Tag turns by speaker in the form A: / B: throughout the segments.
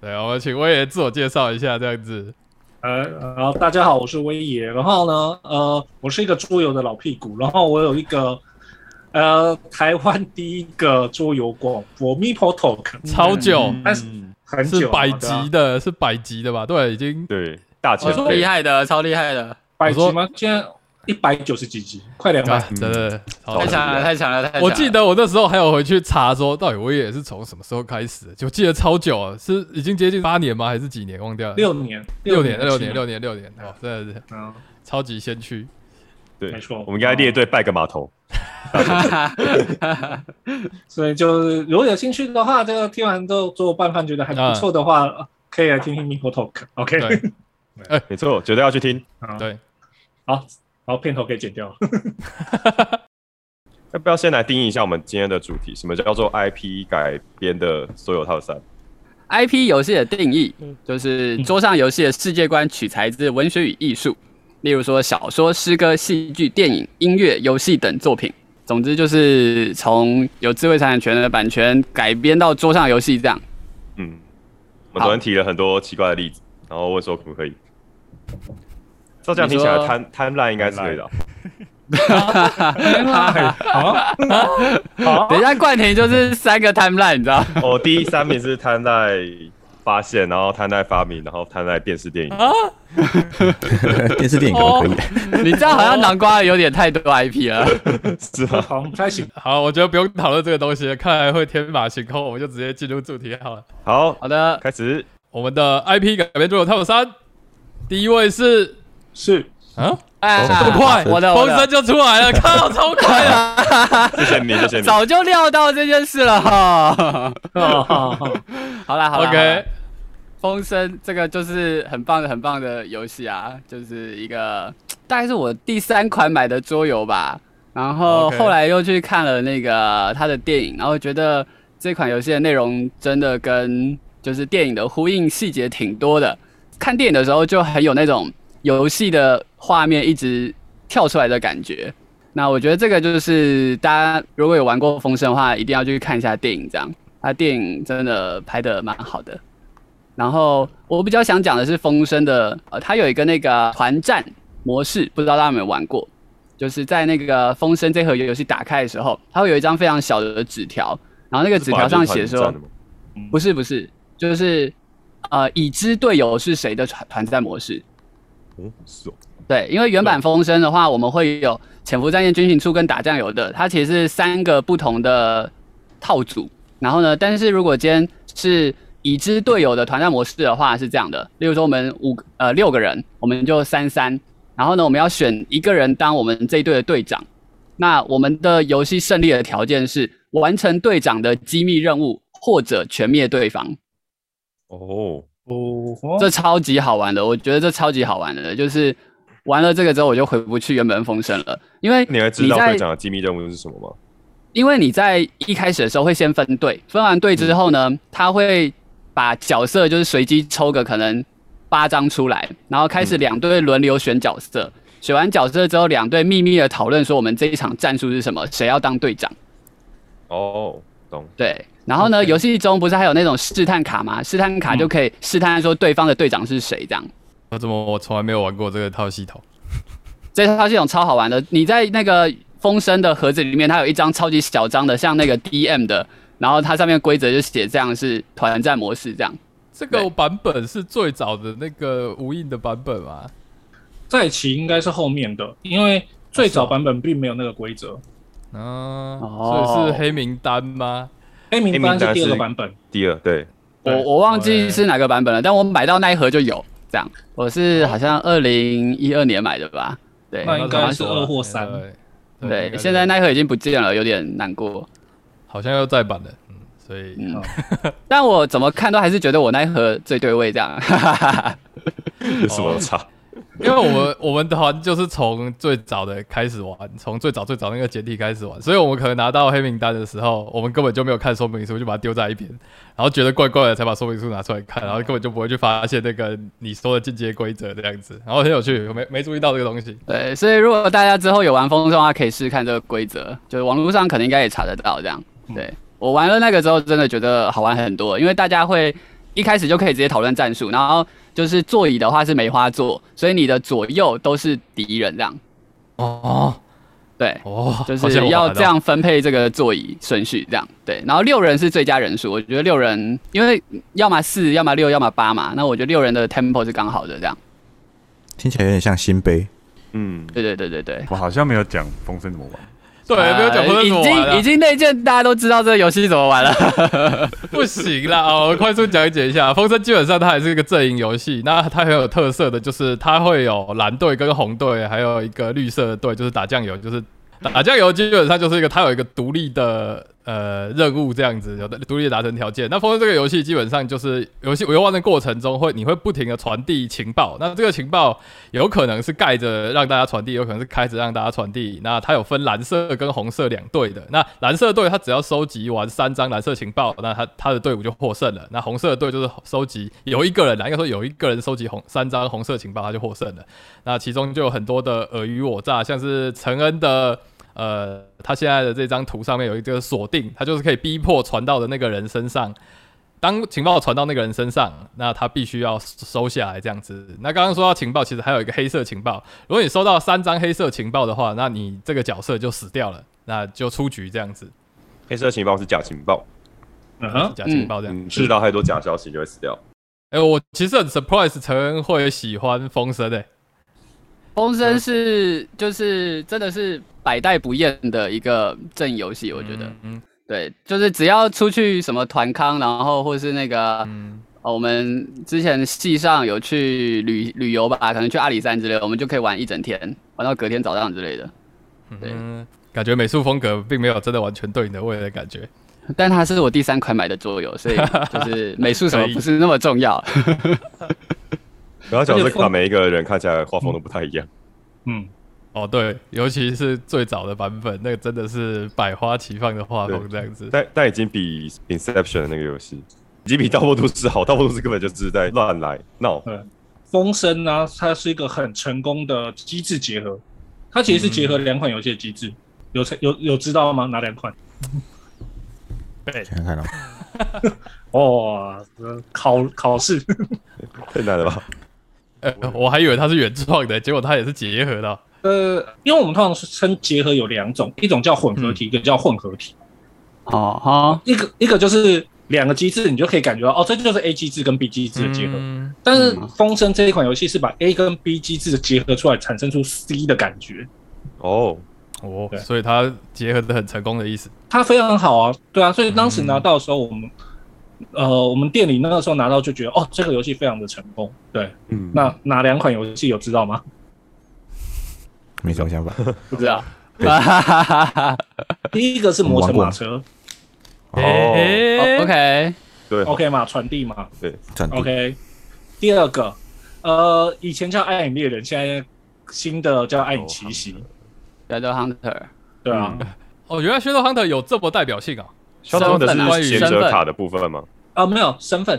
A: 对，我们请威爷自我介绍一下，这样子。
B: 呃，然后大家好，我是威爷。然后呢，呃，我是一个桌游的老屁股。然后我有一个，呃，台湾第一个桌游广播 Meeple Talk，
A: 超
C: 哦
A: 久，
D: 嗯
B: 但是嗯很久
A: 是
B: 了
A: 百
B: 对啊
A: 集的，是百集的吧？对，已经
D: 对，大前
C: 我说厉
D: 辈，
C: 害的，超厉害的，
B: 百
A: 我说
B: 集吗？现在一百九十几集，快两
A: 啊
B: 百。，
A: 真的超
D: 好
C: 太
A: 久。
C: 强了，太强了，太强了！
A: 我 记得我那时候还有回去查说，到底威爷是从什么时候开始的？就记得超久了，是已经接近八年吗？还是几年？忘掉了。
B: 六年，
A: 六年，六年，六
B: 六
A: 年，六年，哦，真的是
B: 嗯，
A: 超级先驱。
D: 对，
B: 没错
D: 我们应该
C: 哦
D: 列队拜个码头。
B: 所以就是如果有兴趣的话，这个听完之后做拌饭觉得还不错的话，可以来听听 Meeple Talk。OK，
A: 啊对，
D: 没错，绝对要去听。
B: 好
A: 对，
B: 好，好，片头可以 剪掉。
D: 要不要先来定义一下我们今天的主题？什么叫做 IP 改编的所有套餐？
C: IP 游戏的定义
A: 嗯
C: 就是桌上游戏的世界观取材自文学与艺术，例如说小说、诗歌、戏剧、电影、音乐、游戏等作品。总之就是从有智慧财产权的版权改编到桌上游戏这样。
D: 嗯，我们昨天提了很多奇怪的例子，然后问说可不可以？照这样听起来
C: 你说
D: ，time timeline 应该是可以的啊。
A: 哎
B: 好，
C: 等一下冠廷就是三个 timeline，你知道？
D: 哦，第一三名是 timeline 发现，然后 timeline 发明，然后 timeline 电视电影。
C: 啊
E: 电视电影可能可以，
C: 你这样好像南瓜有点太多 IP 了。
D: 是吗？
B: 好，不太行。
A: 好，我觉得不用讨论这个东西了，看来会天马行空，我们就直接进入主题好了。
D: 好，
C: 好的，
D: 开始。
A: 我们的 IP 改编作有 Top 三，第一位是
B: 是，
A: 啊，
C: 哎，
A: 这 么快，
C: 我 的我
A: 风声
C: 的，
A: 就出来 了，靠，超快啊了。
D: 谢谢你，谢谢你。
C: 早就料到这件事了哈。
B: 好啊好哦好，
C: 好啦好啦好啦
A: OK，
C: 风声这个就是很棒的、很棒的游戏啊，就是一个大概是我第三款买的桌游吧。然后
A: OK
C: 后来又去看了那个他的电影，然后觉得这款游戏的内容真的跟就是电影的呼应细节挺多的。看电影的时候就很有那种游戏的画面一直跳出来的感觉。那我觉得这个就是大家如果有玩过《风声》的话，一定要去看一下电影，这样它电影真的拍的蛮好的。然后我比较想讲的是《风声》的，呃，它有一个那个团战模式，不知道大家有没有玩过？就是在那个《风声》这盒游戏打开的时候，它会有一张非常小的纸条，然后那个纸条上写说，不是不是，就是呃，已知队友是谁的团团战模式。
D: 嗯，是哦，
C: 对，因为原版风声的话，我们会有潜伏战舰、军情处跟打酱油的，它其实是三个不同的套组。然后呢，但是如果今天是已知队友的团战模式的话，是这样的，例如说我们五个呃六个人，我们就三三，然后呢，我们要选一个人当我们这一队的队长。那我们的游戏胜利的条件是完成队长的机密任务或者全灭对方。
D: 哦，
B: 哦，
C: 这超级好玩的，我觉得这超级好玩的，就是玩了这个之后我就回不去原本风声了，因为
D: 你还知道
C: 在
D: 队长的机密任务是什么吗？
C: 因为你在一开始的时候会先分队，分完队
D: 嗯
C: 之后呢，他会把角色就是随机抽个可能八张出来，然后开
D: 嗯
C: 始两队轮流选角色，选完角色之后，两队秘密的讨论说我们这一场战术是什么，谁要当队长。
D: 哦，懂。
C: 对，然后呢，游戏中不是还有那种试探卡吗？试探
D: 嗯
C: 卡就可以试探说对方的队长是谁这样。
A: 我怎么我从来没有玩过这个套系统？
C: 这套系统超好玩的。你在那个风声的盒子里面，它有一张超级小张的，像那个 DM 的，然后它上面规则就写这样是团战模式这样。
A: 这个
C: 对
A: 版本是最早的那个无印的版本吗？
B: 在起应该是后面的，因为最早版本并没有那个规则。
A: 嗯，
C: 哦
A: 所以是黑名单吗？
B: 黑名单是第二个版本，
D: 第二，对，
C: 我
B: 对
C: 我忘记是哪个版本了，但我买到那一盒就有这样。我是好像二零一二年买的吧？对，
B: 那应该
C: 好像
B: 哎是二或三
A: 对哎对应
C: 对，
A: 该
C: 现在
A: 是
C: 那一盒已经不见了，有点难过。
A: 好像又再版了，嗯，所以
C: 嗯
B: 好，
C: 但我怎么看都还是觉得我那一盒最对味这样。
D: 有什么差？
A: 因为我们我们团就是从最早的开始玩，从最早最早那个简体开始玩，所以我们可能拿到黑名单的时候，我们根本就没有看说明书，就把它丢在一边，然后觉得怪怪的才把说明书拿出来看，然后根本就不会去发现那个你说的进阶规则这样子，然后很有趣，我没没注意到这个东西。
C: 对，所以如果大家之后有玩风筝的话，可以试试看这个规则，就是网络上可能应该也查得到这样。对我玩了那个之后，真的觉得好玩很多，因为大家会一开始就可以直接讨论战术，然后就是座椅的话是梅花座，所以你的左右都是敌人这样。
A: 哦
C: 对，
A: 哦，
C: 就
A: 好像
C: 是
A: 我
C: 要
A: 玩
C: 这样分配这个座椅顺序，这样对。然后六人是最佳人数，我觉得六人因为要么四，要么六，要么八嘛，那我觉得六人的 tempo 是刚好的，这样。
E: 听起来有点像新杯，
D: 嗯，
C: 对对对对对。
F: 我好像没有讲风声怎么玩，
A: 到，对，没有讲
C: 呃
A: 过
C: 已
A: 怎么玩
C: 经已
A: 啊，
C: 经内建，大家都知道这个游戏怎么玩了。
A: 不行啦！哦，我快速讲解一下，《风声》基本上它还是一个阵营游戏，那它很有特色的就是它会有蓝队跟红队，还有一个绿色的队，就是打酱油，就是打酱油基本上就是一个它有一个独立的呃任务这样子，有的独立的达成条件。那《风声》这个游戏基本上就是游戏游玩的过程中会你会不停的传递情报，那这个情报有可能是盖着让大家传递，有可能是开着让大家传递。那它有分蓝色跟红色两队的。那蓝色队它只要收集完三张蓝色情报，那它它的队伍就获胜了。那红色队就是收集有一个人啦，应该说有一个人收集红三张红色情报，他就获胜了。那其中就有很多的尔虞我诈，像是陈恩的。呃，他现在的这张图上面有一个锁定，他就是可以逼迫传到的呃那个人身上，当情报传到那个人身上，那他必须要收下来这样子。那刚刚说到情报，其实还有一个黑色情报，如果你收到三张黑色情报的话，那你这个角色就死掉了，那就出局这样子，
D: 黑色情报是假情报，
B: 嗯哼，嗯
A: 假情报这样。
D: 你知道太多假消息你就会死掉。
A: 哎、我其实很 surprise 陈恩会喜欢风声诶、
C: 风声是就是真的是百代不厌的一个阵游戏，我觉得、
A: 嗯，
C: 对，就是只要出去什么团康，然后或是那个、
A: 嗯
C: 哦，我们之前系上有去旅旅游吧，可能去阿里山之类的，我们就可以玩一整天，玩到隔天早上之类的。
A: 嗯
C: 对
A: 嗯，感觉美术风格并没有真的完全对你的味的感觉。
C: 但它是我第三款买的桌游， 所以就是美术什么
A: 可以
C: 不是那么重要。
D: 不要讲这款每一个人看起来画风都不太一样，
B: 嗯，
A: 哦，对，尤其是最早的版本，那个真的是百花齐放的画风
D: 对
A: 这样子。
D: 但但已经比 Inception 那个游戏已经比《盗墓都市》好，《盗墓都市》根本就是在乱来闹。
B: 风声呢、啊它是一个很成功的机制结合，它其实是结合两款游戏的机制，有有有知道吗？哪两款？
E: 想想看哦，
B: 哦，呃考考试，
D: 太难了吧？
A: 呃，我还以为它是原创的，结果它也是结合的。
B: 呃，因为我们通常是称结合有两种，一种叫混合体，一个叫混合体。
C: 哦哈，
B: 一个一个就是两个机制，你就可以感觉到哦，这就是 A 机制跟 B 机制的结合。
A: 嗯
B: 但是《风声》这一款游戏是把 A 跟 B 机制的结合出来，产生出 C 的感觉，
D: 哦，
A: 哦
B: 对，
A: 所以它结合的很成功的意思。
B: 它非常好啊，对啊。所以当时
D: 嗯
B: 拿到的时候，我们、呃，我们店里那个时候拿到就觉得哦，这个游戏非常的成功。对，
D: 嗯，
B: 那哪两款游戏有知道吗？
E: 没什么想法。
C: 不知道。哈哈哈哈
B: 第一个是《魔城马车
D: 哦
A: 诶
C: OK，
D: 对》
B: ，OK 嘛，传递嘛
E: 转地
B: ，OK。第二个，呃，以前叫《暗影猎人》，现在新的叫《暗影奇
D: 哦
B: 袭》，
C: 叫做 Hunter，
B: 对
D: 嗯
B: 啊。
A: 哦，原来《Shadow Hunter》有这么代表性啊！
D: 肖当的
C: 身份啊
D: 是贤者卡的部分吗？
B: 啊，没有身份，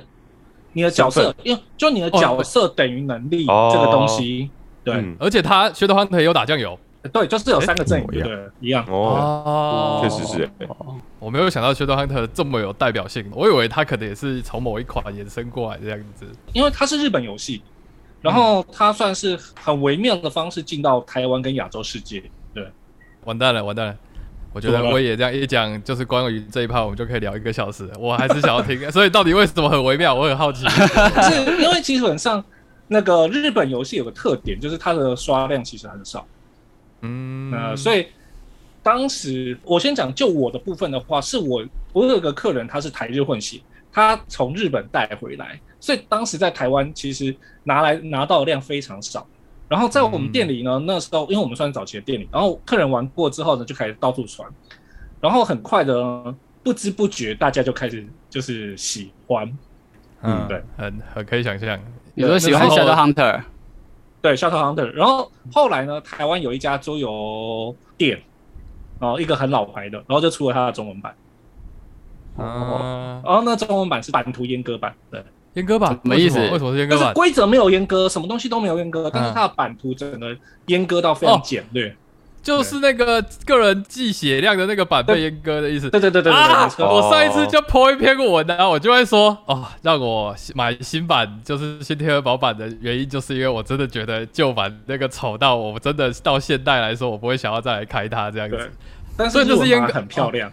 B: 你的角色，因为就
E: 哦
B: 你的角色等于能力
D: 哦
B: 这个东西，对、
D: 嗯
A: 而且他《Shadow Hunter》也有打酱油
B: 对，就是有三个阵营，
E: 哎一模一样
B: 对，一样。
D: 哦，
A: 哦
D: 确实是欸，
A: 我没有想到《Shadow Hunter》这么有代表性，我以为他可能也是从某一款衍生过来这样子。
B: 因为它是日本游戏，然
E: 嗯
B: 后它算是很微妙的方式进到台湾跟亚洲世界。
A: 完蛋了，完蛋了！我觉得
B: 怎么了
A: 威也这样一讲，就是关于这一趴，我们就可以聊一个小时了。我还是想要听， 所以到底为什么很微妙，我很好 奇。
B: 是因为基本上那个日本游戏有个特点，就是它的刷量其实很少，
A: 嗯，
B: 呃，所以。当时我先讲，就我的部分的话，是我我有个客人，他是台日混血，他从日本带回来，所以当时在台湾其实拿来拿到的量非常少。然后在我们
A: 嗯
B: 店里呢，那时候因为我们算是早期的店里，然后客人玩过之后呢，就开始到处传，然后很快的呢不知不觉大家就开始就是喜欢，
A: 嗯，
B: 对，
A: 很很可以想象。
C: 你说喜欢
A: 那时候
C: Shadow Hunter，
B: 对《Shut Hunter》。然后后来呢，台湾有一家桌游店，哦，一个很老牌的，然后就出了它的中文版，
A: 嗯，
B: 然哦后那中文版是版图阉割版，对。
A: 阉割吧？
C: 什么意思
A: 为为什么是阉
B: 就
A: 割
B: 是
A: 版？哦
B: 规则没有阉割，什么东西都没有阉割，但是它的版图整个阉割到非常简略。
A: 就是那个个人计血量的那个版被阉割的意思。
B: 对对对对对对，
A: 啊
B: 没！错，
A: 我上一次就 po 一篇文，然后我就会说，哦，让我买新版，就是新天鹅堡版的原因，就是因为我真的觉得旧版那个丑到我真的到现代来说，我不会想要再来开它这样
B: 对
A: 子。。
B: 但
A: 所
B: 是
A: 以这是
B: 日文
A: 阉割
B: 版
A: 哦
B: 很漂亮，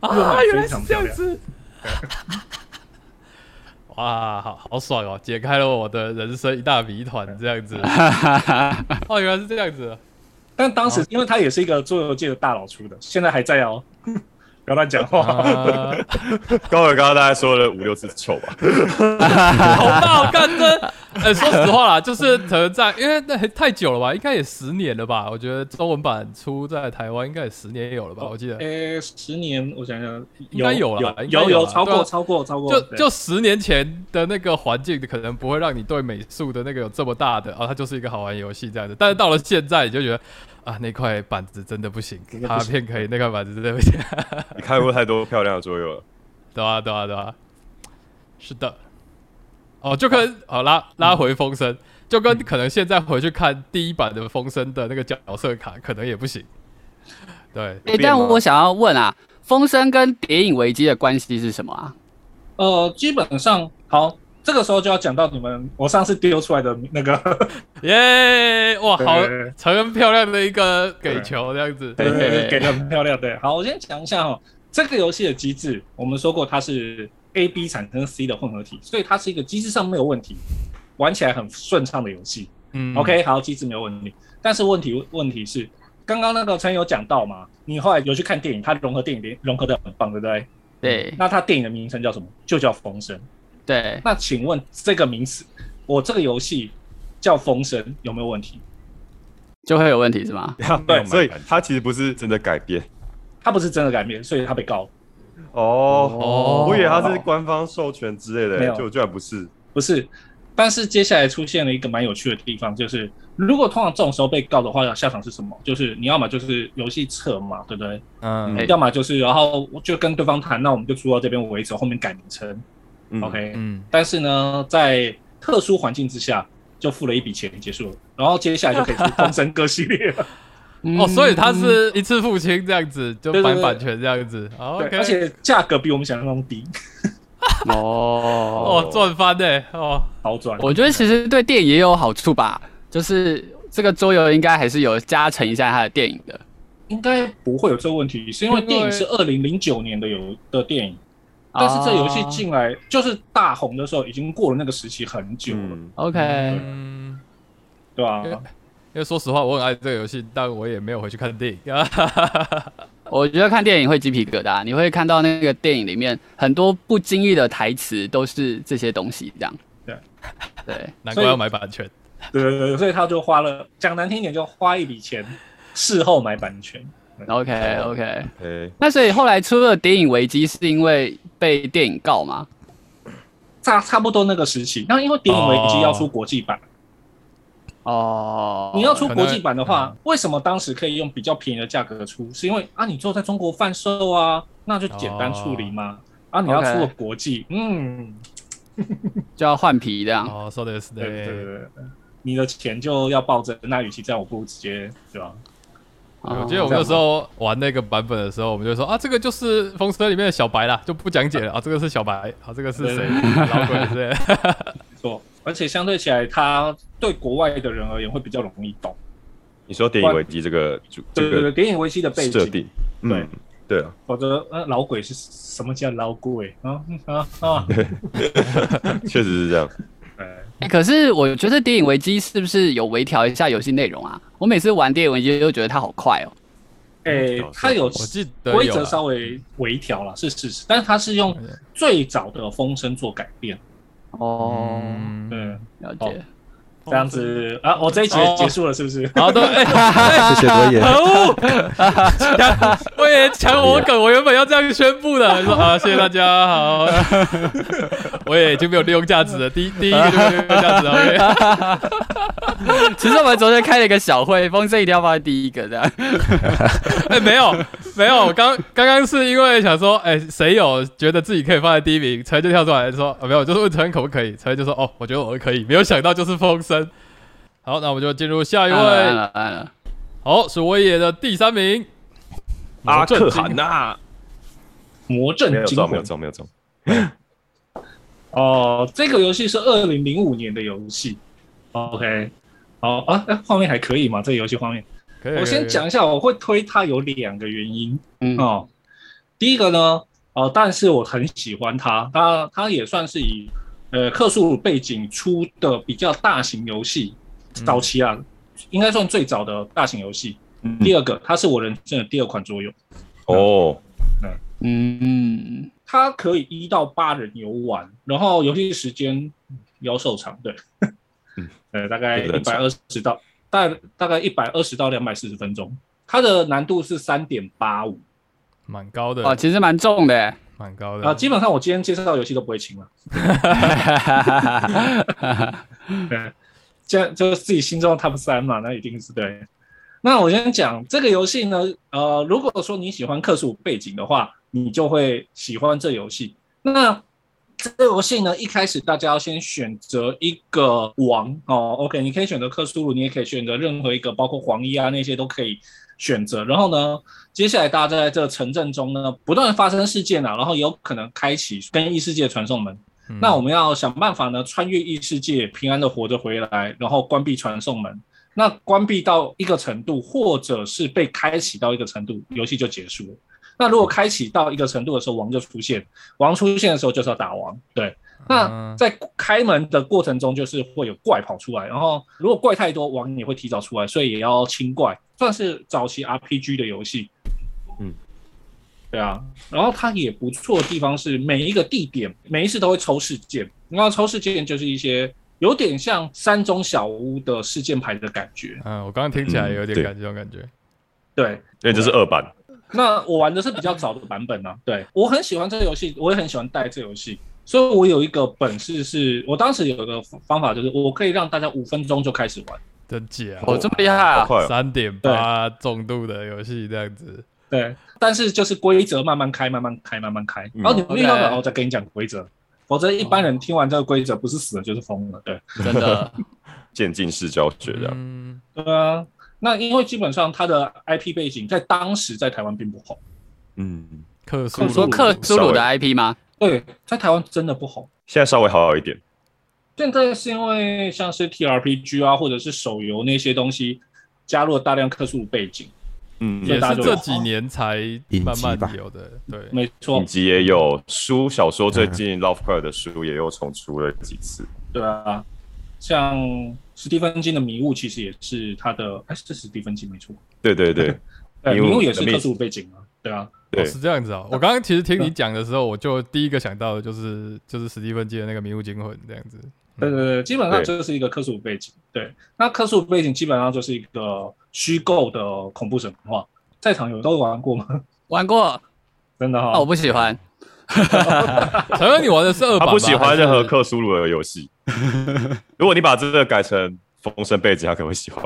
A: 啊，原来是这样
B: 非常
A: 子。 哇，好好爽哦！解开了我的人生一大谜团，这样 子。哦，原来是这样子。
B: 但当时因为他也是一个桌游界的大佬出的，现在还在哦， 不要乱讲话。
A: 啊
D: 高尔刚刚大概说了五六次丑吧，
A: 头 到干真。呃，说实话啦，就是可能在，因为那太久了吧，应该也十年了吧。我觉得中文版出在台湾应该也十年也有了
B: 哦
A: 吧，我记得。
B: 诶，十年，我想想，
A: 应该有
B: 有
A: 啦应该
B: 有
A: 有啦
B: 超
A: 对啊
B: 过超过超过，
A: 就
B: 对
A: 就十年前的那个环境，可能不会让你对美术的那个有这么大的啊，它就是一个好玩游戏这样子。但是到了现在，你就觉得啊，那块板子真的不行，
B: 的不
A: 卡
B: 行
A: 片可以，那块板子真的不行，
D: 你看过太多漂亮的桌游了。
A: 对啊，对啊，对啊，是的。哦，就跟好拉拉回风声，就跟可能现在回去看第一版的风声的那个角色卡，可能也不行。对，
C: 哎、但我想要问啊，风声跟谍影危机的关系是什么啊？
B: 呃，基本上好，这个时候就要讲到你们我上次丢出来的那个，
A: 耶、哇，好
B: 对，
A: 成恩漂亮的一个给球这样子。
C: 对对对
B: 给的很漂亮。对，好，我先讲一下哦，这个游戏的机制，我们说过它是 A、B 产生 C 的混合体，所以它是一个机制上没有问题，玩起来很顺畅的游戏。
A: 嗯
B: OK，好，机制没有问题，但是问题问题是，刚刚那个陈有讲到嘛，你后来有去看电影，它融合电影融合的很棒，对不对？
A: 嗯
C: 对
B: 那它电影的名称叫什么？就叫《风声》。
C: 对，
B: 那请问这个名词，我这个游戏叫《风声》有没有问题？
C: 就会有问题是吗？
B: 对
D: 啊所以它其实不是真的改变
B: 它不是真的改编，所以它被告，
D: 哦
A: 哦
D: 我以为它是官方授权之类
B: 没
D: 的，
B: 有
D: 就居然不是。
B: 不是。但是接下来出现了一个蛮有趣的地方，就是如果通常这种时候被告的话，下场是什么？就是你要么就是游戏撤嘛，对不对？
A: 嗯
C: 哎
B: 要么就是然后就跟对方谈，那我们就出到这边为止，后面改名称。
D: 嗯
B: OK，
A: 嗯，
B: 但是呢，在特殊环境之下，就付了一笔钱结束了，然后接下来就可以出《风声歌》系列了。
A: 哦，所以他是一次付清这样子，就
B: 对对
A: 反
B: 对
A: 版权这样子。哦
B: 对，
A: OK，
B: 而且价格比我们想象中低，
C: 嗯哦。
A: 哦赚翻呢，哦，
B: 好赚。
C: 嗯我觉得其实对电影也有好处吧，就是这个桌游应该还是有加成一下它的电影的
B: 应该不会有这个问题，是因为啊电影是二零零九年的有的电影，但是这游戏进来就是大红的时候，已经过了那个时期很久了，
D: 嗯，
C: OK，
A: 嗯，
B: 对吧、
A: 因为因为说实话，我很爱这个游戏，但我也没有回去看电影啊。
C: 我觉得看电影会鸡皮疙瘩，你会看到那个电影里面很多不经意的台词都是这些东西，这样。
B: 对
C: 对，
A: 难怪
B: 所以
A: 要买版权。
B: 对对对，所以他就花了，讲难听一点，就花一笔钱，事后买版权。
C: ，OK OK。
D: 哎，
C: 那所以后来出了《谍影危机》，是因为被电影告嘛？
B: 差差不多那个时期，那因为《谍影危机
A: 哦》
B: 要出国际版，
C: 哦，
B: 你要出国际版的话，为什么当时可以用比较便宜的价格出？是因为啊，你做在中国贩售啊，那就简单处理嘛。啊，你要出了
C: OK
B: 国际，嗯，
C: 就要换皮这样。
A: 哦，说的是
B: 对对对
A: 的。
B: 对，对你的钱就要抱着，那与其这样，我不如直接对吧？
A: 哦
B: 哦
A: 我记得我们
C: 哦
A: 那
C: 这样
A: 时候玩那个版本的时候，我们就说啊，这个就是《风车》里面的小白啦，就不讲 解了啊，这个是小白，啊，这个是谁，
B: 对
A: 老鬼之 类的。
B: 没错，而且相对起来，它对国外的人而言会比较容易懂。
D: 你说电影危机这个主
B: 对对
D: 这
B: 对，
D: 个
B: 谍影危机的背
D: 设
B: 景，
D: 定，嗯，对啊，
B: 否则呃，老鬼是什么叫老鬼啊啊 啊！
D: 确实是这 样。
B: 哎
C: 欸可是我觉得《谍影危机》是不是有微调一下游戏内容啊？我每次玩《谍影危机》都觉得它好快哦。
B: 哎，它有
A: 我记得
B: 规
A: 有啊
B: 则
A: 啦
B: 稍微微调了，是事实，但是它是用
A: 嗯
B: 最早的风声做改变。
C: 哦，
A: 嗯，
B: 嗯，
C: 了
B: 哦
C: 解。
B: 这样子啊，我这一节
A: 哦
B: 结束了，是不是？
A: 好的，哎、
E: 谢谢多爷，
A: 可恶！抢我也抢我梗，我原本要这样宣布的。 说啊，谢谢大家，好，我也已经没有利用价值了。第一第一个就没有利用价值了。OK
C: 其实我们昨天开了一个小会，风筝一定要放在第一个这样。
A: 哎、没有没有，刚刚刚是因为想说，哎、谁有觉得自己可以放在第一名，陈就跳出来说，啊、没有，就是问陈可不可以，陈就说，哦，哎
C: 啊
A: 我觉得我可以，没有想到就是风声。好，那我们就进入下一位。
C: 按了按了按了
A: 好，是威爷的第三名，
D: 阿
F: 啊
A: 魔
D: 克
A: 震惊
D: 汗呐，
B: 魔
D: 没
B: 怔
D: 有
B: 惊啊
D: 中，没有
B: 魂
D: 中，没有中。
B: 哦，这个游戏是二零零五年的游戏。OK，好啊，哎画面还可以嘛？这个游戏画面，
A: 可以可以
B: 我
A: 可
B: 先
A: 以
B: 讲一下，我会推它有两个原因
C: 嗯，
B: 哦。第一个呢，哦，但是我很喜欢它，它它也算是以呃克苏鲁背景出的比较大型游戏，早期啊，应该算最早的大型游戏。第二个，它是我人生的第二款桌游，
D: 哦，
C: 嗯，
B: 它可以一到八人游玩，然后游戏时间妖兽长，对，
D: 嗯
B: 呃，大概
D: 这个
B: 一
D: 很
B: 百
D: 长
B: 二十到大大概一百二十到两百四十分钟，它的难度是三点八五
A: 蛮高
C: 哦，
A: 的，
C: 其实蛮重的，欸
A: 蛮高的
B: 啊，基本上我啊今天介绍的游戏都不会清了，对，这样就是自己心中的 top 三嘛，那一定是对。那我先讲这个游戏呢，呃，如果说你喜欢克数背景的话，你就会喜欢这游戏。那这个游戏呢，一开始大家要先选择一个王哦，OK，你可以选择克苏鲁，你也可以选择任何一个，包括黄衣啊那些都可以选择。然后呢，接下来大家在这个城镇中呢，不断发生事件啊，然后有可能开启跟异世界传送门。
A: 嗯
B: 那我们要想办法呢，穿越异世界，平安的活着回来，然后关闭传送门。那关闭到一个程度，或者是被开启到一个程度，游戏就结束了。那如果开启到一个程度的时候，王就出现，王出现的时候就是要打王，对。那
A: 嗯
B: 在开门的过程中，就是会有怪跑出来，然后如果怪太多，王也会提早出来，所以也要清怪，算是早期 RPG 的游戏。
D: 嗯，
B: 对啊，然后它也不错的地方是，每一个地点每一次都会抽事件，然后抽事件就是一些有点像山中小屋的事件牌的感觉。
A: 嗯，我刚刚听起来有
D: 嗯对
A: 点感这种感觉，
B: 对，
D: 因为这是二版，
B: 那我玩的是比较早的版本啊。对我很喜欢这个游戏，我也很喜欢带这个游戏，所以我有一个本事是，我当时有一个方法就是，我可以让大家五分钟就开始玩。
A: 真假？
C: 哦，这么厉害啊
D: 好！快哦！
A: 三点八重度的游戏这样子，
B: 对，但是就是规则慢慢开，慢慢开，慢慢开，
D: 嗯
B: 然后你们遇到
C: OK
B: 然后再跟你讲规则，否则一般人听完这个规则不是死了就是疯了。对，
C: 真的，
D: 渐进式教学这样。
A: 嗯
B: 对啊。那因为基本上它的 IP 背景在当时在台湾并不红，
D: 嗯，
A: 克苏
C: 你说
A: 鲁
C: 克苏鲁的 IP 吗？
B: 对，在台湾真的不红。
D: 现在稍微好一点。
B: 现在是因为像是 TRPG 啊，或者是手游那些东西，加入了大量克数背景，
D: 嗯，
A: 也
B: 最大
A: 是
B: 就
A: 这
B: 有
A: 几年才慢慢有的，对，
B: 没错
D: 影，集也有书，小说最近 Lovecraft 的书也有重出了几次。
B: 对啊，像史蒂芬金的《迷雾》其实也是他的，哎，是史蒂芬金没错，
D: 对对对，
B: 对，《
D: 迷雾
B: 迷雾》也是
D: 的
B: 克数背景啊，对啊，
D: 对
A: 哦是这样子 哦。我刚刚其实听你讲的时候，我就第一个想到的就是就是史蒂芬金的那个《迷雾惊魂》这样 子，
D: 嗯
B: 对对对，基本上
D: 对
B: 就是一个克数背景，对，那克数背景基本上就是一个虚构的恐怖神话，在场有都玩过吗？
C: 玩
A: 哦
C: 过，
B: 真的哈、
C: 哦那我不喜欢。
A: 陈恩，你玩的是二
D: 他
A: 版吗？
D: 不喜欢任何
A: 还是
D: 克苏鲁的游戏。如果你把这个改成风声背景，他可能会喜欢。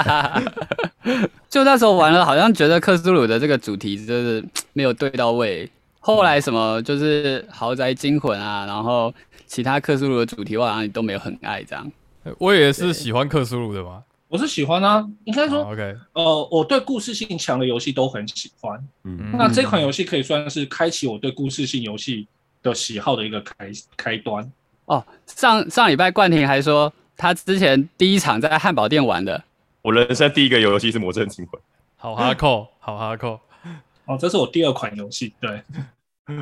C: 就那时候玩了，好像觉得克苏鲁的这个主题就是没有对到位。后来什么就是豪宅惊魂啊，然后其他克苏鲁的主题我好像都没有很爱这样。
A: 我也是喜欢克苏鲁的嘛。
B: 我是喜欢啊，应该
A: 好
D: 哦
B: 说，
A: 哦 OK，
B: 呃，我对故事性强的游戏都很喜欢，
A: 嗯
B: 那这款游戏可以算是开启我对故事性游戏的喜好的一个开开端。
C: 哦，上上礼拜冠廷还说他之前第一场在汉堡店玩的，
D: 我人生第一个游戏是《魔怔惊魂
A: 好哈扣，好哈扣，
B: 哦，这是我第二款游戏，对，》，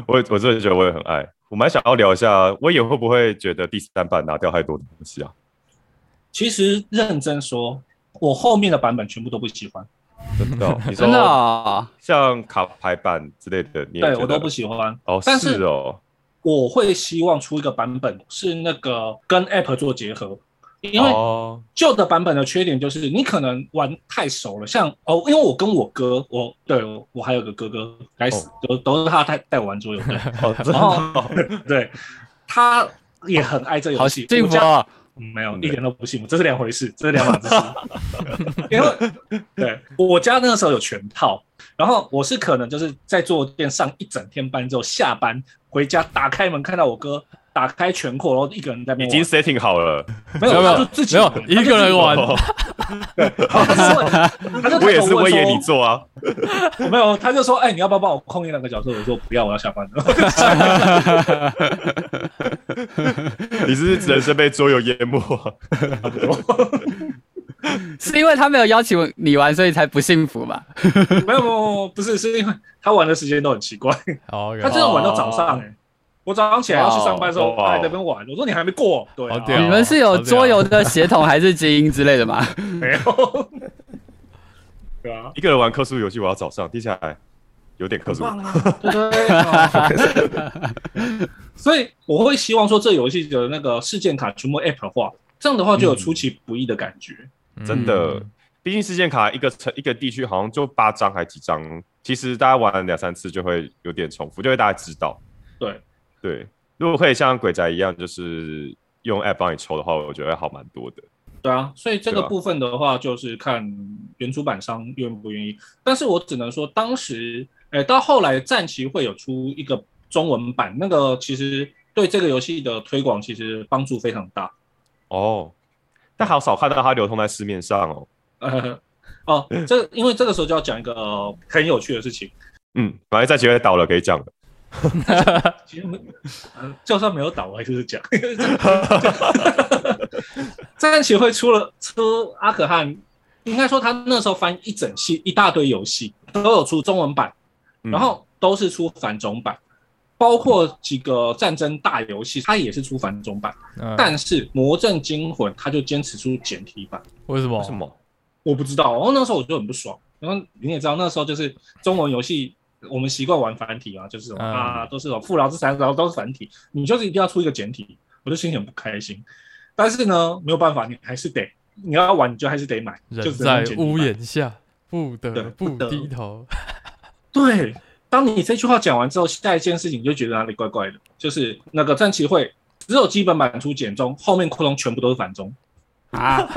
D: 我也我真的觉得我也很爱。我蛮想要聊一下，我也会不会觉得第三版拿掉太多东西啊？
B: 其实认真说，我后面的版本全部都不喜欢，
D: 真的哦，你
C: 真的、
D: 说
C: 哦，
D: 像卡牌版之类的，你也
B: 啊对
D: 觉
B: 我
D: 得
B: 都不喜欢。
D: 哦，
B: 但是
D: 是哦，
B: 我会希望出一个版本是那个跟 App 做结合，因为
D: 哦，
B: 旧的版本的缺点就是你可能玩太熟了，像哦，因为我跟我哥，我对我我还有个哥哥，该死，都都是他带带我玩桌游，对
D: 哦，真的哦，
B: 对， 他也很爱这游
C: 好
B: 戏
C: 幸，福
B: 我家
C: 哦！
B: 嗯没有，
D: 嗯
B: 一点都不幸福，这是两回事，这是两码子事。因为对我家那个时候有全套，然后我是可能就是在坐店上一整天班之后，下班回家打开门看到我哥打开全扩，然后一个人在那
D: 已
B: 边玩，
D: 经 setting 好了。
B: 没有，
A: 没
B: 他
A: 有
B: 就自己
A: 没有
B: 玩
A: 一个人玩，
D: 哦
B: 他就
D: 我也
B: 开
D: 是
B: 口
D: 威
B: 问
D: 严
B: 说
D: 你做啊，
B: 没有，他就说：“哎、你要不要帮我空一两个小时？”我说：“不要，我要下班了。
D: 你是不是人生被桌游淹没啊？
C: 是因为他没有邀请你玩，所以才不幸福吧？”
B: 没有，没有，没有不是，是因为他玩的时间都很奇怪，
A: 好，
B: 他真的玩到早上哎、我早上起来要去上班的时候，
D: 哇哦
B: 他还在那边玩。我说：“你还没过？”对、
A: 好
B: 啊，
A: 屌
C: 你们是有桌游的血统还是基因之类的吗？
B: 没有。对 啊，
D: 一个人玩克苏游戏，我要早上，听起来有点克苏。
B: 对啊所以我会希望说，这游戏的那个事件卡全部 App 化，这样的话就有出其不意的感觉。
A: 嗯
D: 真的，
B: 嗯
D: 毕竟事件卡一个城一个地区好像就八张还几张，其实大家玩两三次就会有点重复，就会大家知道。
B: 对
D: 对，如果可以像鬼宅一样，就是用 app 帮你抽的话，我觉得会好蛮多的。
B: 对啊，所以这个
D: 对啊
B: 部分的话，就是看原出版商愿不愿意。但是我只能说，当时，哎，到后来战旗会有出一个中文版，那个其实对这个游戏的推广其实帮助非常大。
D: 哦，但好少看到它流通在市面上哦。
B: 呃，哦，这因为这个时候就要讲一个呃很有趣的事情，
D: 嗯，反正在结尾倒了可以讲了。
B: 其实没，呃就算没有倒，我还是讲。战棋会出了出阿可汗，应该说他那时候翻一整系一大堆游戏，都有出中文版，
D: 嗯
B: 然后都是出繁种版，包括几个战争大游戏，它也是出繁种版，
A: 嗯
B: 但是《魔阵惊魂》它就坚持出简体版，
A: 为什么？
D: 为什么？
C: 哦
B: 我不知道。哦然后那时候我就很不爽，然后你也知道那时候就是中文游戏。我们习惯玩繁体嘛，就是什么、
A: 嗯
B: 啊，都是什么富饶之三，然后都是繁体，你就是一定要出一个简体，我就心里很不开心。但是呢，没有办法，你还是得，你要玩你就还是得买，就
A: 人
B: 只
A: 在
B: 能用简体版
A: 屋檐下，不
B: 对
A: 得
B: 不
A: 不
B: 得
A: 低头。
B: 对，当你这句话讲完之后，下一件事情你就觉得哪里怪怪的，就是那个战旗会只有基本版出简中，后面扩充全部都是繁中。
C: 啊，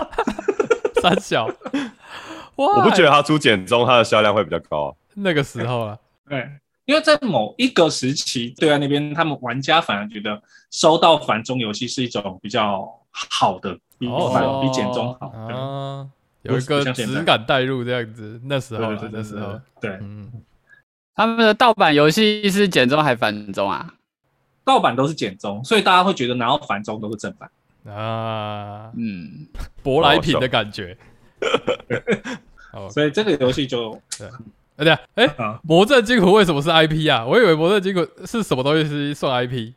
A: 三小，我
D: 我不觉得它出简中，它的销量会比较高、啊。
A: 那个时候啊，
B: 对，因为在某一个时期，对岸那边他们玩家反而觉得收到繁中游戏是一种比较好的，比
A: 哦
B: 繁、比简中好的。
A: 啊，
B: 对
A: 有一
B: 不
A: 个
B: 像现在
A: 质感带入这样子，那时
B: 对
A: 候
B: 对
A: 了，那时候，
B: 对对，
A: 嗯，
C: 他们的盗版游戏是简中还繁中啊？
B: 盗版都是简中，所以大家会觉得拿到繁中都是正版。
A: 啊，
C: 嗯，
A: 舶来品的感觉。哦，
B: 所以这个游戏就
A: 哎对，哎，
B: 啊，
A: 魔怔惊魂为什么是 IP 啊？我以为魔怔惊魂是什么东西是算 IP。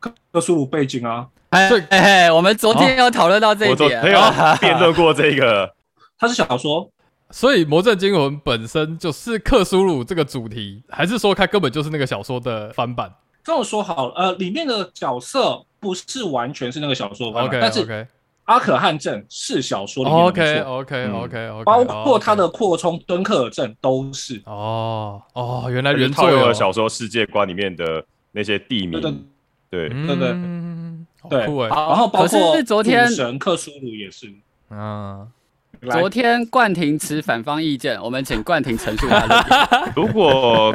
B: 克苏鲁背景啊，
C: 哎
A: 这
C: 哎嘿，我们昨天有讨论到这一
D: 哦我昨
C: 点，
D: 天有
C: 啊
D: 辩论过这 个，
B: 它是小说，
A: 所以《魔怔惊魂》本身就是克苏鲁这个主题，还是说它根本就是那个小说的翻版
B: 这么说好了，呃，里面的角色不是完全是那个小说的版
A: ？OK
B: 本，但是
A: OK
B: 阿可汗镇是小说里
C: 哦
B: 面的
A: OK
B: 没错
A: OK OK OK，
B: 包括他的扩充敦刻尔镇都是。
A: 哦哦，原来
D: 它就是
A: 原
D: 套
A: 作
D: 用
A: 有
D: 了小说世界观里面的那些地
B: 对对
D: 名。对，
A: 对
B: 对对
A: 嗯，好
B: 对
A: 酷哎，
C: 哦好
B: 然后包
C: 可
B: 括
C: 是昨天
B: 赌神克苏鲁也是。
A: 嗯，
B: 来
C: 昨天冠廷持反方意见，我们请冠廷陈述他的意见。
D: 如果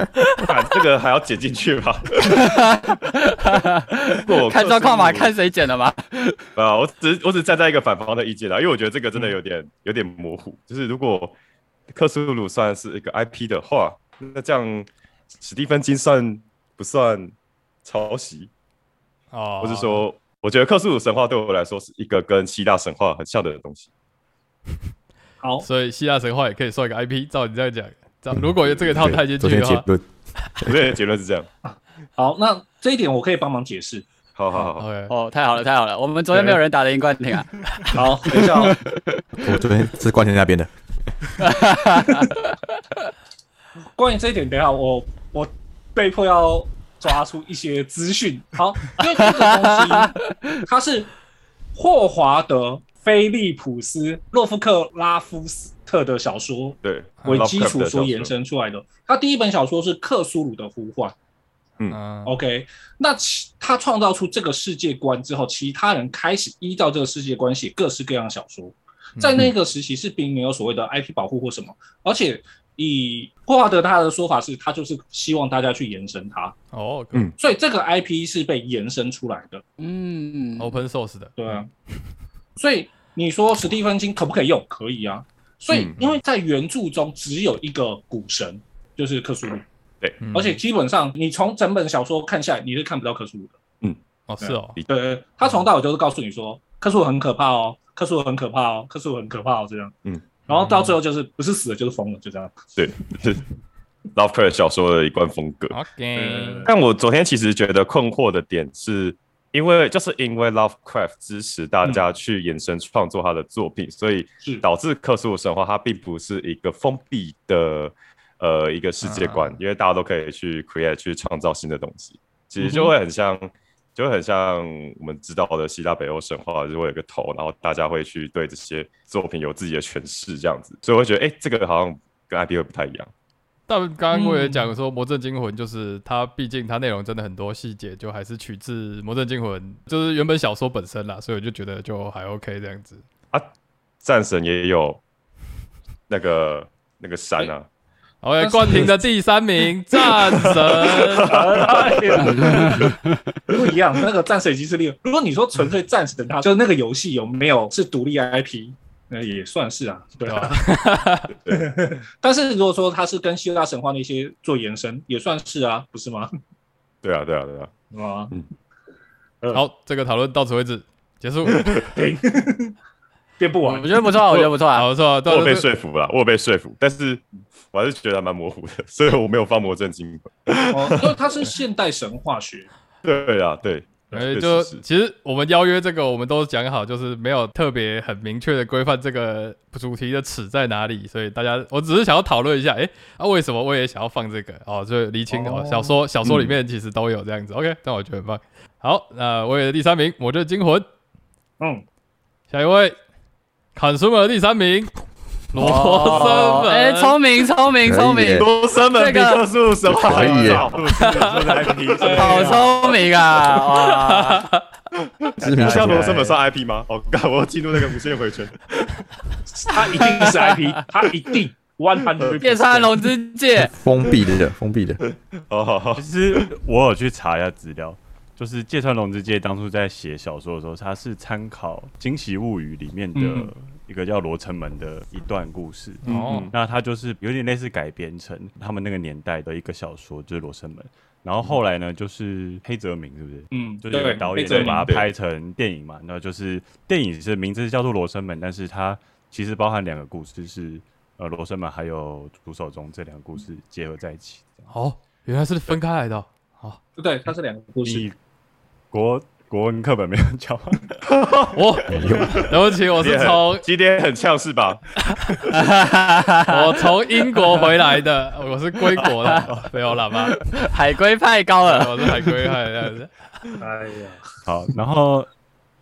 D: 把这个还要剪进去 吧？如果
C: 看状况嘛，
D: 克苏鲁
C: 看谁剪的嘛。
D: 啊，我只是我只站在一个反方的意见啦，因为我觉得这个真的有
C: 嗯
D: 点、有点模糊。就是如果克苏鲁算是一个 IP 的话，那这样史蒂芬金算不算抄袭？
A: 哦，
D: 或是说，我觉得克苏鲁神话对我来说是一个跟希腊神话很像的东西。
B: 好，
A: 所以希腊神话也可以算一个 IP，照你这样讲，照如果有这个套太进
E: 昨
A: 去
E: 天
A: 的
E: 结
A: 话
E: 论，
D: 我的结论是这样。
B: 好，那这一点我可以帮忙解释。
D: 好 好好好，
A: ，OK，
C: 哦，太好了，太好了，我们昨天没有人打得赢冠廷啊。
B: 好，等一下哦。
E: 我昨天是冠军那边的，
B: 关于这一点，等一下我我被迫要抓出一些资讯。好，因为这个东 西它是霍华德、菲利普斯、洛夫克拉夫斯特的小说
D: 对，
B: 为基础
D: 嗯 Lovecraft 的小
B: 所延伸出来的。他第一本小说是《克苏鲁的呼唤》
A: 嗯，
B: ，OK。那其他创造出这个世界观之后，其他人开始依照这个世界观写各式各样的小说。
D: 嗯
B: 在那个时期是并没有所谓的 IP 保护或什么，而且以霍华德他的说法是，他就是希望大家去延伸它，
A: 哦
D: 嗯
B: 所以这个 IP 是被延伸出来的，
C: 嗯，
D: 嗯
A: ，Open Source 的，
B: 对啊。所以你说史蒂芬金可不可以用？可以啊。所以
D: 嗯
B: 因为在原著中只有一个古神，就是克苏鲁，
A: 嗯
B: 而且基本上你从整本小说看下来，你是看不到克苏鲁的。
A: 哦是哦，
D: 对
B: 对，他从头到尾就是告诉你说，克苏鲁很可怕哦，克苏鲁很可怕哦，克苏鲁很可怕哦，这样。
D: 嗯。
B: 然后到最后就是不是死了就是疯了，就这样。
D: 对，就是 Lovecraft 小说的一贯风格。
A: OK，
D: 但我昨天其实觉得困惑的点是，因为就是因为 Lovecraft 支持大家去延伸创作他的作品，所以
B: 是
D: 导致克苏鲁神话它并不是一个封闭的呃一个世界观，因为大家都可以去 create 去创造新的东西，其实就会很像。就会很像我们知道的希腊北欧神话，就会有一个头，然后大家会去对这些作品有自己的诠释，这样子，所以我会觉得，哎、这个好像跟 IP 会不太一样。
A: 但刚刚我也讲说，《魔怔惊魂》就是它，毕竟它内容真的很多细节，就还是取自《魔怔惊魂》，就是原本小说本身啦，所以我就觉得就还 OK 这样子。
D: 战神也有那个 那个山啊，
A: OK，
B: 但是
A: 冠廷的第三名，战神。
B: 不一样，那个战神已经是另。如果你说纯粹战神，他就是那个游戏有没有是独立 IP，那也算是啊，对吧、 但是如果说他是跟希腊神话那些做延伸，也算是啊，不是吗？
D: 对啊，对啊，对啊，
B: 是吗？
A: 好，这个讨论到此为止，结束。
B: 变不
C: 我
B: 完
C: 我。觉得不错啊，我觉得不错啊。
A: 好，不错，
D: 我
A: 到
D: 有被说服了，我有被说服，但是我还是觉得还蛮模糊的， 所以我没有放魔怔惊魂。
B: 哦，因为它是现代神话学，
D: 对啊，对，
A: 哎，
D: 确
A: 就
D: 实是
A: 其实我们邀约这个，我们都讲好，就是没有特别很明确的规范这个主题的尺在哪里，所以大家，我只是想要讨论一下，哎、啊，为什么我也想要放这个？哦，就厘清哦
B: 哦
A: 小说小说里
D: 嗯
A: 面其实都有这样子、o k 但我觉得很棒。好，那我也第三名，我这惊魂，
B: 嗯，
A: 下一位，砍叔们第三名，
D: 哦
A: 罗生门，
C: 哎，聪明，聪明，聪
E: 可以
C: 明
E: 耶，
D: 多生门
C: 这
D: 比
C: 个
D: 克数什么
E: 可以耶
C: 好聪明啊！哇，
E: 知 名
D: 你像
E: 想
D: 罗生门算 IP 吗？哦，干，我要进入那个无限回圈。
B: 它一定是 IP，它一定 one hundred。
C: 夜叉龙之介，
E: 封闭的，封闭的，
D: 哦，好好
F: 其实我有去查一下资料，就是芥川龙之介当初在写小说的时候，他是参考《惊奇物语》里面的
B: 嗯
F: 一个叫罗城门的一段故事。
A: 哦，
F: 那他就是有点类似改编成他们那个年代的一个小说，就是《罗生门》。然后后来呢，就是黑泽明，是不是？
B: 嗯，
F: 就是有个
B: 对，
F: 导
B: 被
F: 演
B: 证
F: 就
B: 明
F: 把它拍成电影嘛，那就是电影是名字叫做《罗生门》，但是它其实包含两个故事是呃《罗生门》还有《徒手中》这两个故事结合在一起。
A: 哦，原来是分开来的哦、
B: 对，它是两个故事。
F: 你国国文课本没有 教吗？
A: 我、哦
D: 哎
A: 对不起，我是从
D: 今天很呛是吧？
A: 我从英国回来的， 我是归国的，没有喇叭，
C: 海龟派高了。
A: 我是海归派这样子。
B: 哎呀，
F: 好，然后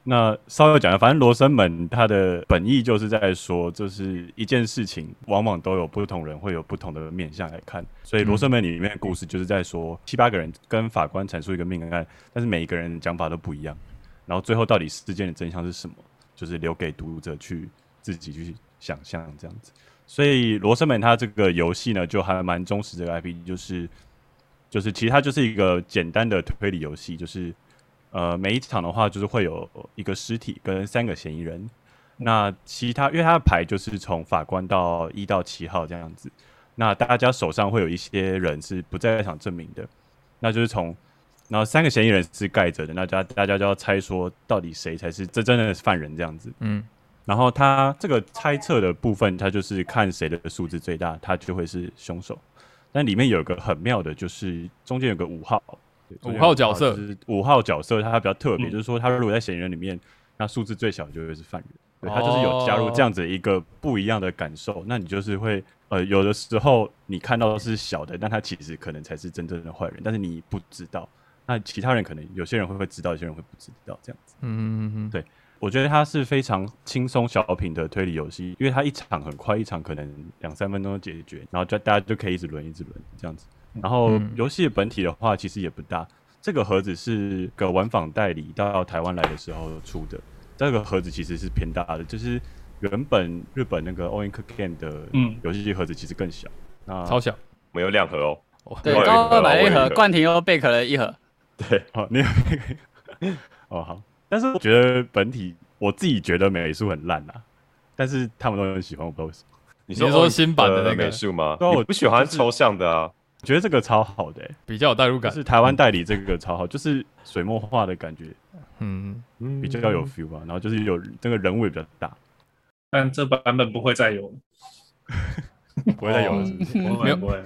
F: 那稍微讲一下，反正《罗生门》它的本意就是在说，就是一件事情，往往都有不同人会有不同的面向来看，所以《罗生门》里面的故事就是在说，七八个人跟法官阐述一个命案，但是每一个人讲法都不一样，然后最后到底事件的真相是什么，就是留给读者去自己去想象这样子。所以《罗生门》它这个游戏呢，就还蛮忠实这个 IP，就是就是其实它就是一个简单的推理游戏，就是呃，每一场的话就是会有一个尸体跟三个嫌疑人。那其他因为他的牌就是从法官到一到七号这样子，那大家手上会有一些人是不在场证明的，那就是从然后三个嫌疑人是盖着的，那大家大家就要猜说到底谁才是这真正的犯人这样子。
A: 嗯，
F: 然后他这个猜测的部分，他就是看谁的数字最大，他就会是凶手。但里面有一个很妙的，就是中间有个五号，对中间有个
A: 五号角色
F: 就是五号角色，他比较特别，
B: 嗯
F: 就是说他如果在嫌疑人里面，那数字最小就会是犯人。对他就是有
B: 哦
F: 加入这样子一个不一样的感受，那你就是会呃，有的时候你看到的是小的，但他其实可能才是真正的坏人，但是你不知道。那其他人可能有些人会会知道，有些人会不知道这样子。
A: 嗯嗯嗯
F: 对我觉得它是非常轻松小品的推理游戏，因为它一场很快，一场可能两三分钟就解决，然后就大家就可以一直轮一直轮这样子。然后
A: 嗯
F: 游戏的本体的话，其实也不大。这个盒子是个玩坊代理到台湾来的时候出的，这个盒子其实是偏大的，就是原本日本那个 o i n k Game 的
B: 嗯
F: 游戏盒子其实更小。那
A: 嗯，超小。
D: 我们有两盒哦，
A: 哦
C: 对
D: 我有，一
C: 高
D: 盒
C: 二买了一
D: 我有
C: 盒
D: 一，盒
C: 冠廷又贝壳了一盒。
F: 哦，你有那个哦好，但是我觉得本体我自己觉得美术很烂啊，但是他们都很喜欢，我不知道为什么。
D: 你呃
A: 你是说新版的那个
D: 美术吗？
F: 对啊
D: 你
F: 我
D: 不喜欢
F: 就是
D: 抽象的啊。
F: 我觉得这个超好的、欸，
A: 比较有代入
F: 就
A: 感。
F: 是台湾代理这个超好，就是水墨画的感觉
A: 嗯，
F: 比较有 feel 吧，然后就是有这个人物也比较大，
B: 但这版本不会再有了，
F: 不会再有了是不是。
A: 哦没有
G: 不会，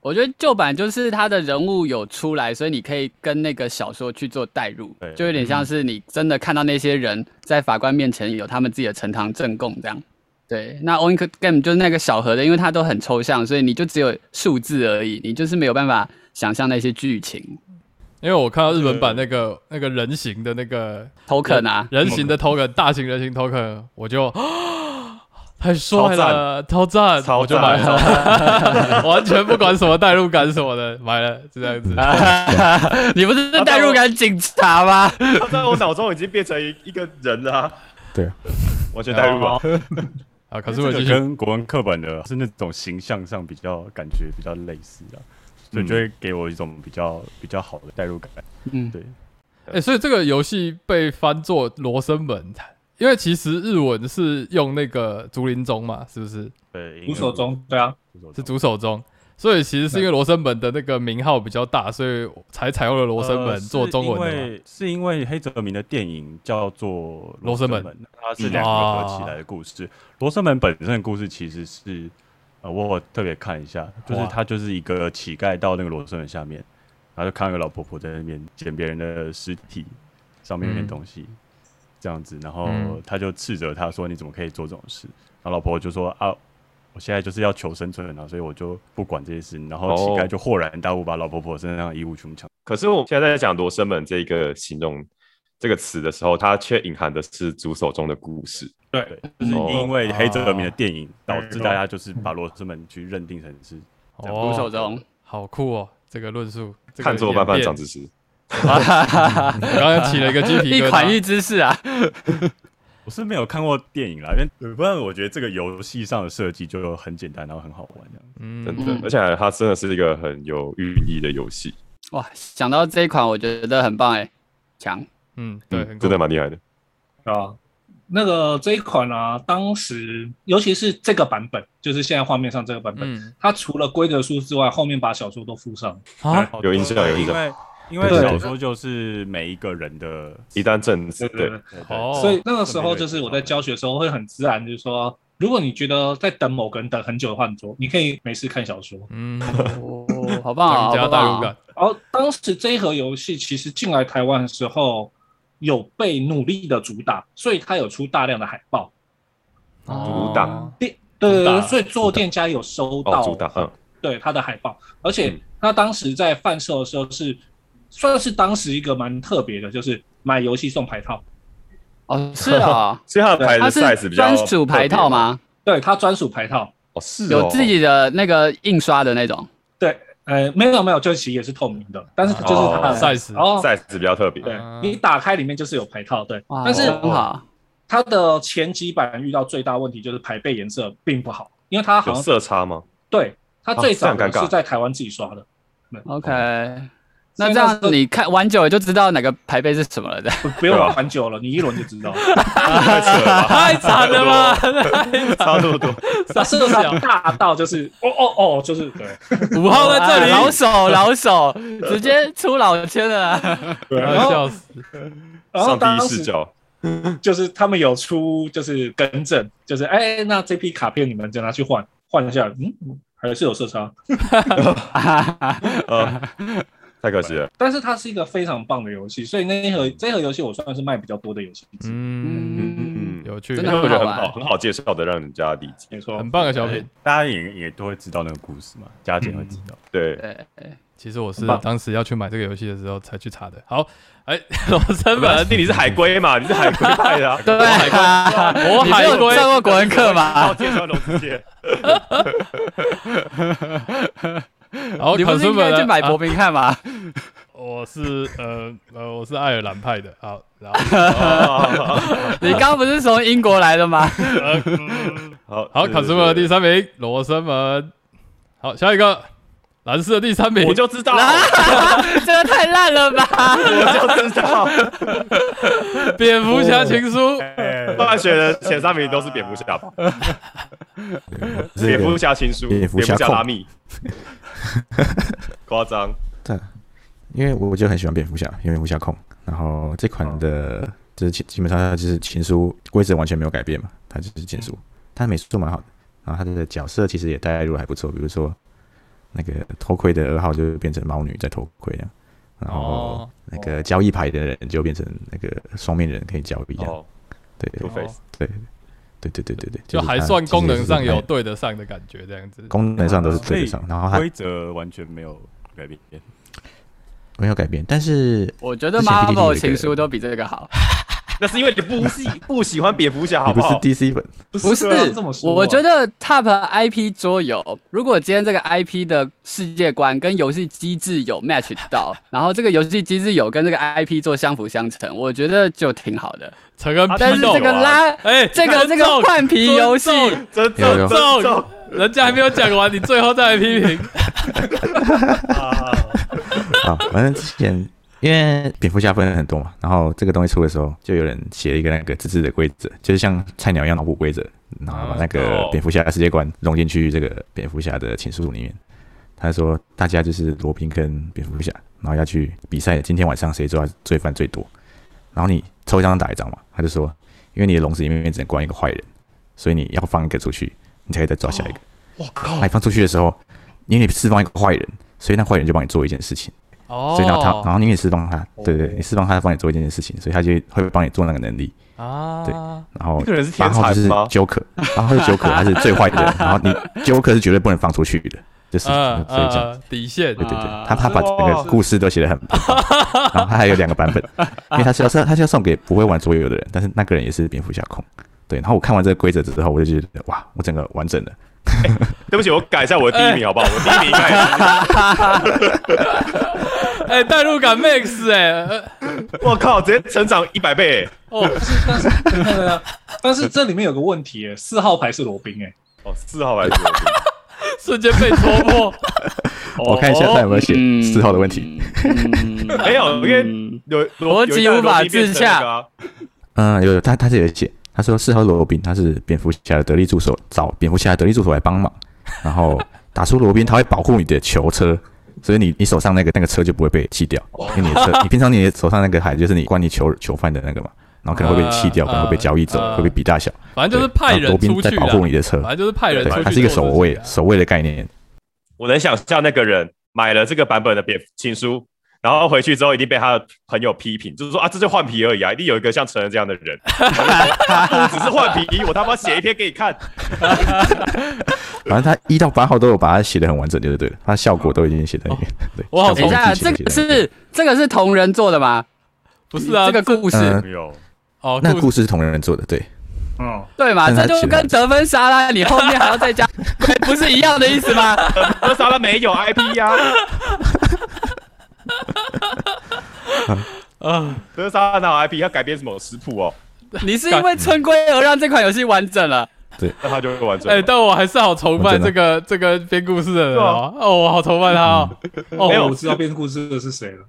C: 我觉得旧版就是他的人物有出来，所以你可以跟那个小说去做代入
F: 对，
C: 就有点像是你真的看到那些人在法官面前有他们自己的呈堂证供这样。对，那 o n k Game 就是那个小盒的，因为它都很抽象，所以你就只有数字而已，你就是没有办法想象那些剧情。
A: 因为我看到日本版那个那个人形的那个
C: Token 啊，
A: 人形的 token，大型人形 token，我就太帅了，超赞，
D: 超赞
A: 我就买了，完全不管什么代入感什么的，买了就这样子。
C: 你不是代入感警察吗？
D: 他在我脑中已经变成一一个人了啊。
E: 对啊，
D: 完全代入
A: 哦
D: 啊。
A: 啊，可
F: 可
A: 是
F: 是
A: 我
F: 我
A: 继续，
F: 跟国文课本的是那种形象上比较感觉比较类似
D: 嗯
F: 啊，所以就会给我一种比较比较好的代入感。
C: 嗯，
F: 对，
A: 哎、所以这个游戏被翻作《罗生门》，因为其实日文是用那个竹林中嘛，是不是？
F: 对，
B: 无所中，对啊，
A: 是竹手中。所以其实是因为罗生门的那个名号比较大，所以才采用了罗生门
F: 呃
A: 做中文的
F: 是因
A: 嘛。
F: 为是因为黑泽明的电影叫做《
A: 罗生门嗯
F: 它是两个合起来的故事。罗生门本身的故事其实是，呃，我有特别看一下，就是
A: 哇
F: 他就是一个乞丐到那个罗生门下面，然后就看到一个老婆婆在那边捡别人的尸体，上面有
A: 嗯
F: 点东西，这样子，然后
A: 嗯
F: 他就斥责他说：“你怎么可以做这种事？”然后老婆就说：“啊。”我现在就是要求生存啊，所以我就不管这些事。然后乞丐
D: 哦
F: 就豁然大悟，把老婆婆身上的衣物全部抢。
D: 可是我现在在讲罗生门这一个形容这个词的时候，它却隐含的是主手中的故事。
F: 对，就是
D: 哦
F: 因为黑泽啊明的电影导致大家就是把罗生门去认定成是，
C: 无所
A: 哦，
C: 中。
A: 好酷哦！这个论述，这个
D: 看作拌饭
A: 演
D: 长
A: 变
D: 知识。
A: 我刚刚起了一个鸡皮
C: 一
A: 疙
C: 款一
A: 瘩。
C: 知识啊，
F: 我是没有看过电影啦，因为不然我觉得这个游戏上的设计就很简单，然后很好玩这样。
D: 真
A: 嗯，
D: 的，而且它真的是一个很有寓意的游戏，
C: 哇，想到这一款我觉得很棒哎、强。
A: 嗯，对，
D: 嗯，
A: 很
D: 真的
A: 酷
D: 蛮厉害的。
B: 啊，那个这一款啊，当时尤其是这个版本，就是现在画面上这个版本，
A: 嗯
B: 它除了规则书之外，后面把小说都附上。
A: 啊，
D: 有印象有印象
F: 哦因为因为
B: 对
F: 小说就是每一个人的，
D: 一旦正直，
B: 对
D: 对，
F: 对对
A: 哦
B: 所以那个时候就是我在教学的时候会很自然，就是说，如果你觉得在等某个人等很久的话，你说你可以没事看小说。
A: 嗯，
C: 哦，好棒啊！
A: 增加
C: 好
A: 代入
C: 棒
A: 感
C: 啊！。
B: 然后当时这一盒游戏其实进来台湾的时候，有被努力的主打，所以它有出大量的海报。
A: 哦
D: 主打
B: 对
A: 主
B: 对
A: 打
B: 对，所以做店家有收
D: 哦，
B: 到
D: 主打，嗯，
B: 对它的海报，而且
D: 嗯
B: 它当时在贩售的时候是算是当时一个蛮特别的，就是买游戏送牌套。
C: 哦，是啊，
D: 所以它的牌
C: 它
D: 的
C: 是
D: size 比较
C: 专属牌套吗？
B: 对，它专属牌套。
D: 特别？哦，是哦
C: 有自己的那个印刷的那种。
B: 对，呃，没有没有，就是其实也是透明的，但是就是它
D: 哦
B: 的
A: size
B: 哦，
D: size 嗯比较特别。
B: 对
A: 啊
B: 你打开里面就是有牌套，对。
C: 哇，哦
B: 但是
C: 很好，
B: 它的前几版遇到最大问题就是牌背颜色并不好，因为它好
D: 有
B: 像
D: 色差吗？
B: 对它最早
D: 这样
B: 的
D: 尴尬
B: 是在台湾自己刷的。
C: OK。
B: 所以
C: 那这
B: 那
C: 样
B: 时候
C: 你看玩久了就知道哪个牌背是什么了的。
B: 不不用
D: 对啊
B: 玩久了，你一轮就知 道了。
D: 太扯了吧，
A: 太惨了吧！
D: 差这么多。
B: 它事实上大到就是 哦哦哦，就是对。
A: 五号在这
C: 哎老
A: 里，
C: 手老手，直接出老千了啊。
A: 啊笑死！
B: 然后
D: 上
B: 当
D: 帝视
B: 时
D: 角，
B: 就是他们有出就是更正，就是哎、那这批卡片你们就拿去换换一下，嗯，还是有色差，
D: 呃，太可惜了。
B: 但是它是一个非常棒的游戏，所以那一盒这一盒游戏我算是卖比较多的游戏之一，
A: 嗯，
C: 嗯，
A: 有趣，
C: 真
D: 因
C: 的
D: 为我觉得很
C: 很好玩
D: 好，很好介绍的，让人家理解。
B: 没错，
A: 很棒的小品。
F: 大家也也都会知道那个故事嘛，家姐会知道。
D: 对，
C: 对，
A: 其实我是
B: 很棒
A: 当时要去买这个游戏的时候才去查的。好， 哎，罗生门，
D: 弟你是海龟嘛，你是海龟派的啊。
C: 对啊，
A: 我
C: 你没
A: 海
C: 有
A: 龟
C: 上过国文课
D: 好
C: 吧？
D: 介绍龙之介，
A: 然后
C: 你不是应
A: consumer
C: 该去
A: 呢
C: 买
A: 啊
C: 薄饼看吗？
A: 我是呃呃，我是爱尔兰派的，好，然后
C: 你刚刚不是从英国来的吗？
D: 好
A: 好
D: 是是是
A: ，consumer 第三名，罗生门。好，下一个蓝色第三名，
D: 我就知道，
C: 这个太烂了吧！
D: 我就知道，
A: 蝙蝠侠情书，
D: 大学的前三名都是蝙蝠侠吧，
E: 这
D: 蝙蝠
E: 个
D: 侠情书，
E: 蝙
D: 蝙
E: 蝠
D: 蝠
E: 侠
D: 侠
E: 控
D: 拉密， 夸张，
E: 因为我就很喜欢蝙蝠侠，因为蝙蝠侠控。然后这款的，就是基基本上它就是情书规则完全没有改变嘛，它就是情书。它的美术做蛮好的，然后它的角色其实也带入得还不错，比如说那个偷窥的二号就变成猫女在偷窥这样，然后
A: 哦
E: 那个交易牌的人就变成那个双面人可以交易这样。
D: 哦
E: 对
D: ，Two Face，
E: 对对对对对，
A: 就是还
E: 它
A: 算
E: 其实
A: 功能
E: 是
A: 上有
E: 蛮
A: 对得上的感觉，这样子。
E: 功能上都是对得
F: 所
E: 上
F: 以，
E: 然
D: 嗯
E: 后它
F: 规则完全没有改变。
E: 没有改变，但是
C: 我觉得
E: 之前 PPT 有
C: Marvel
E: 一个
C: 情书都比这个好，
D: 那是因为你不喜 不喜欢蝙蝠侠，好
E: 你不是
D: 好？
E: DC 粉，
C: 不是
B: 对啊这么？说啊，
C: 我觉得 Top IP 桌游，如果今天这个 IP 的世界观跟游戏机制有 match 到，然后这个游戏机制有跟这个 IP 做相辅相成，我觉得就挺好的。
A: 陈恩批斗，
C: 啊但是这个拉，
A: 哎，
C: 这个
A: 尊
C: 这个
A: 重
C: 换皮游戏，
A: 尊重
D: 真正
E: 有有
D: 真正
A: 人家还没有讲完，你最后再来批评。
D: 啊，
E: 啊，反正之前因为蝙蝠侠分很多嘛，然后这个东西出的时候，就有人写了一个那个自制的规则，就是像菜鸟一样脑补规则，然后把那个
D: 哦
E: 蝙蝠侠的世界观融进去这个蝙蝠侠的情书里面。他说大家就是罗宾跟蝙蝠侠，然后要去比赛，今天晚上谁抓罪犯最多，然后你抽一张打一张嘛。他就说，因为你的笼子里面只能关一个坏人，所以你要放一个出去，你才可以再抓下一个。我靠！你放出去的时候，因为你释放一个坏人，所以那坏人就帮你做一件事情。
A: 哦，
E: 所以然后他，然后因为你释放
D: 哦
E: 他，对对，你释放他帮你做一件事情，所以他就会帮你做那个能力。
A: 啊，
E: 对然后
D: 这个人是天
E: 八号
D: 才
E: 就是
D: 吗？
E: Joker，八号是 Joker，他是 最坏的人，然后你 Joker 是绝对不能放出去的，就是呃所
A: 嗯
E: 以
A: 嗯
E: 这样。
A: 嗯，底线
E: 对对对
C: 啊，
E: 他他把整个故事都写得很棒，然后他还有两 个版本，因为他是要他是要送给不会玩桌游的人，但是那个人也是蝙蝠侠控。对，然后我看完这个规则之后，我就觉得哇，我整个完整了。
D: 对不起，我改一下我的第一名好不好？我第一名应该也是
A: 哎，代入感 max 哎，呃
D: 我靠，直接成长一百倍欸！
A: 哦，
B: 但是 对啊但是这里面有个问题耶，四号牌是罗宾哎，
D: 哦，四号牌是
A: 瞬间被戳破。
E: 我看一
D: 哦
E: 下他有没有写四号的问题。
C: 嗯。嗯
D: 没有因为有
C: 逻辑无法自洽。
D: 啊
E: 嗯，有有他他是有写，他说四号罗宾他是蝙蝠侠的得力助手，找蝙蝠侠的得力助手来帮忙，然后打出罗宾，他会保护你的球车，所以你 你手上那个那个车就不会被弃掉，因为你的车，你平常你的手上那个海就是你关你球囚犯的那个嘛，然后可能会被弃掉，
A: 呃
E: 可能会被交易走，
A: 呃
E: 会被比大小，
A: 反正就是
E: 对
A: 派
E: 然后
A: 人
E: 罗宾
A: 出
E: 在
A: 去
E: 保护
A: 啦，
E: 你的车，
A: 反正就是派人
E: 对
A: 出，去。
E: 他是一个守卫，守卫的概念，
D: 我能想象那个人买了这个版本的蝙蝠情书，然后回去之后一定被他的朋友批评，就是说啊，这就换皮而已啊，一定有一个像成人这样的人，我只是换皮，我他妈写一篇给你看。
E: 反正他一到八号都有把它写的很完整，就是对了，他效果都已经写
A: 哦
E: 在里面，对，
A: 我好
E: 效
C: 等
E: 果
C: 一下，
E: 剧情
C: 这个
E: 也写在里面
C: 是这个是同人做的吗？
A: 不是啊，
C: 这个故事、
E: 呃
F: 没有，
A: 哦，
E: 那故
A: 事
E: 事是同人做的，对。
B: 嗯，
C: 对嘛？
E: 但
C: 这
E: 他
C: 就
E: 起来
C: 跟得分沙拉你后面还要再加， 不是一样的意思吗？
D: 那啥了没有 IP 呀、
A: 啊，
D: 德莎哪有 IP 要改编什么食谱哦？
C: 你是因为村规而让这款游戏完整了。
D: 那他就会完整。
A: 哎，但我还是好崇拜
E: 完
A: 这
E: 整了
A: 个这个编故事的人哦，哦，我好崇拜他哦，
E: 嗯
B: 哦
A: 哦，
B: 我知道编故事的是谁了，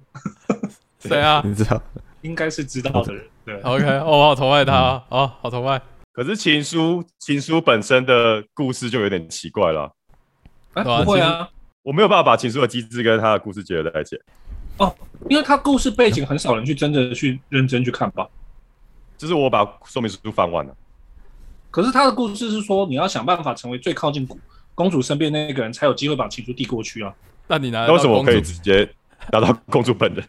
A: 谁啊
E: 你知道，
B: 应该是知道的人，对，
A: ？OK，哦，我好崇拜他哦，
E: 嗯
A: 哦，好崇拜，
D: 可是情书，情书本身的故事就有点奇怪了。
B: 哎，
A: 对啊
B: 不会啊，
D: 我没有办法把情书的机制跟他的故事结合在一起，
B: 因为他故事背景很少人去真的去认真去看吧。
D: 就是我把说明书翻完了。
B: 可是他的故事是说，你要想办法成为最靠近公公主身边那个人，才有机会把情书递过去啊。
A: 那你拿得
D: 那
A: 到
D: 为什么我
A: 公主
D: 可以直接拿到公主本人？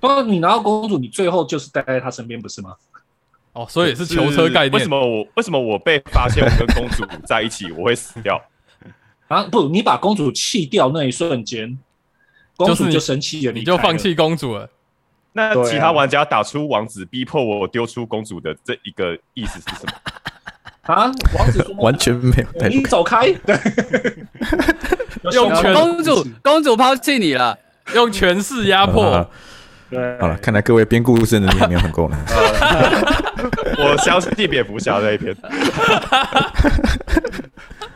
B: 不然你拿到公主，你最后就是待在她身边，不是吗？
A: 哦，所 以是囚车概念。
D: 为什么我为什么我被发现我跟公主在一起，我会死 掉？
B: 啊，不，你把公主弃掉那一瞬间，公
A: 就是
B: 主
A: 你
B: 就生气了，
A: 你
B: 离
A: 就
B: 开了
A: 放。弃公主了？
D: 那
B: 对啊
D: 其他玩家打出王子，逼迫我丢出公主的这一个意思是什么？
B: 啊！王子说
E: 完全没有代入
B: 你
E: 感。
B: 走开，对，
A: 用拳
C: 公主公主抛弃你了，
A: 用权势压
E: 好了好
A: 迫
E: 了，
B: 对，
E: 啊好了，看来各位编故事的能力还没有很够呢。
D: 我相信 蝙蝠侠那一篇。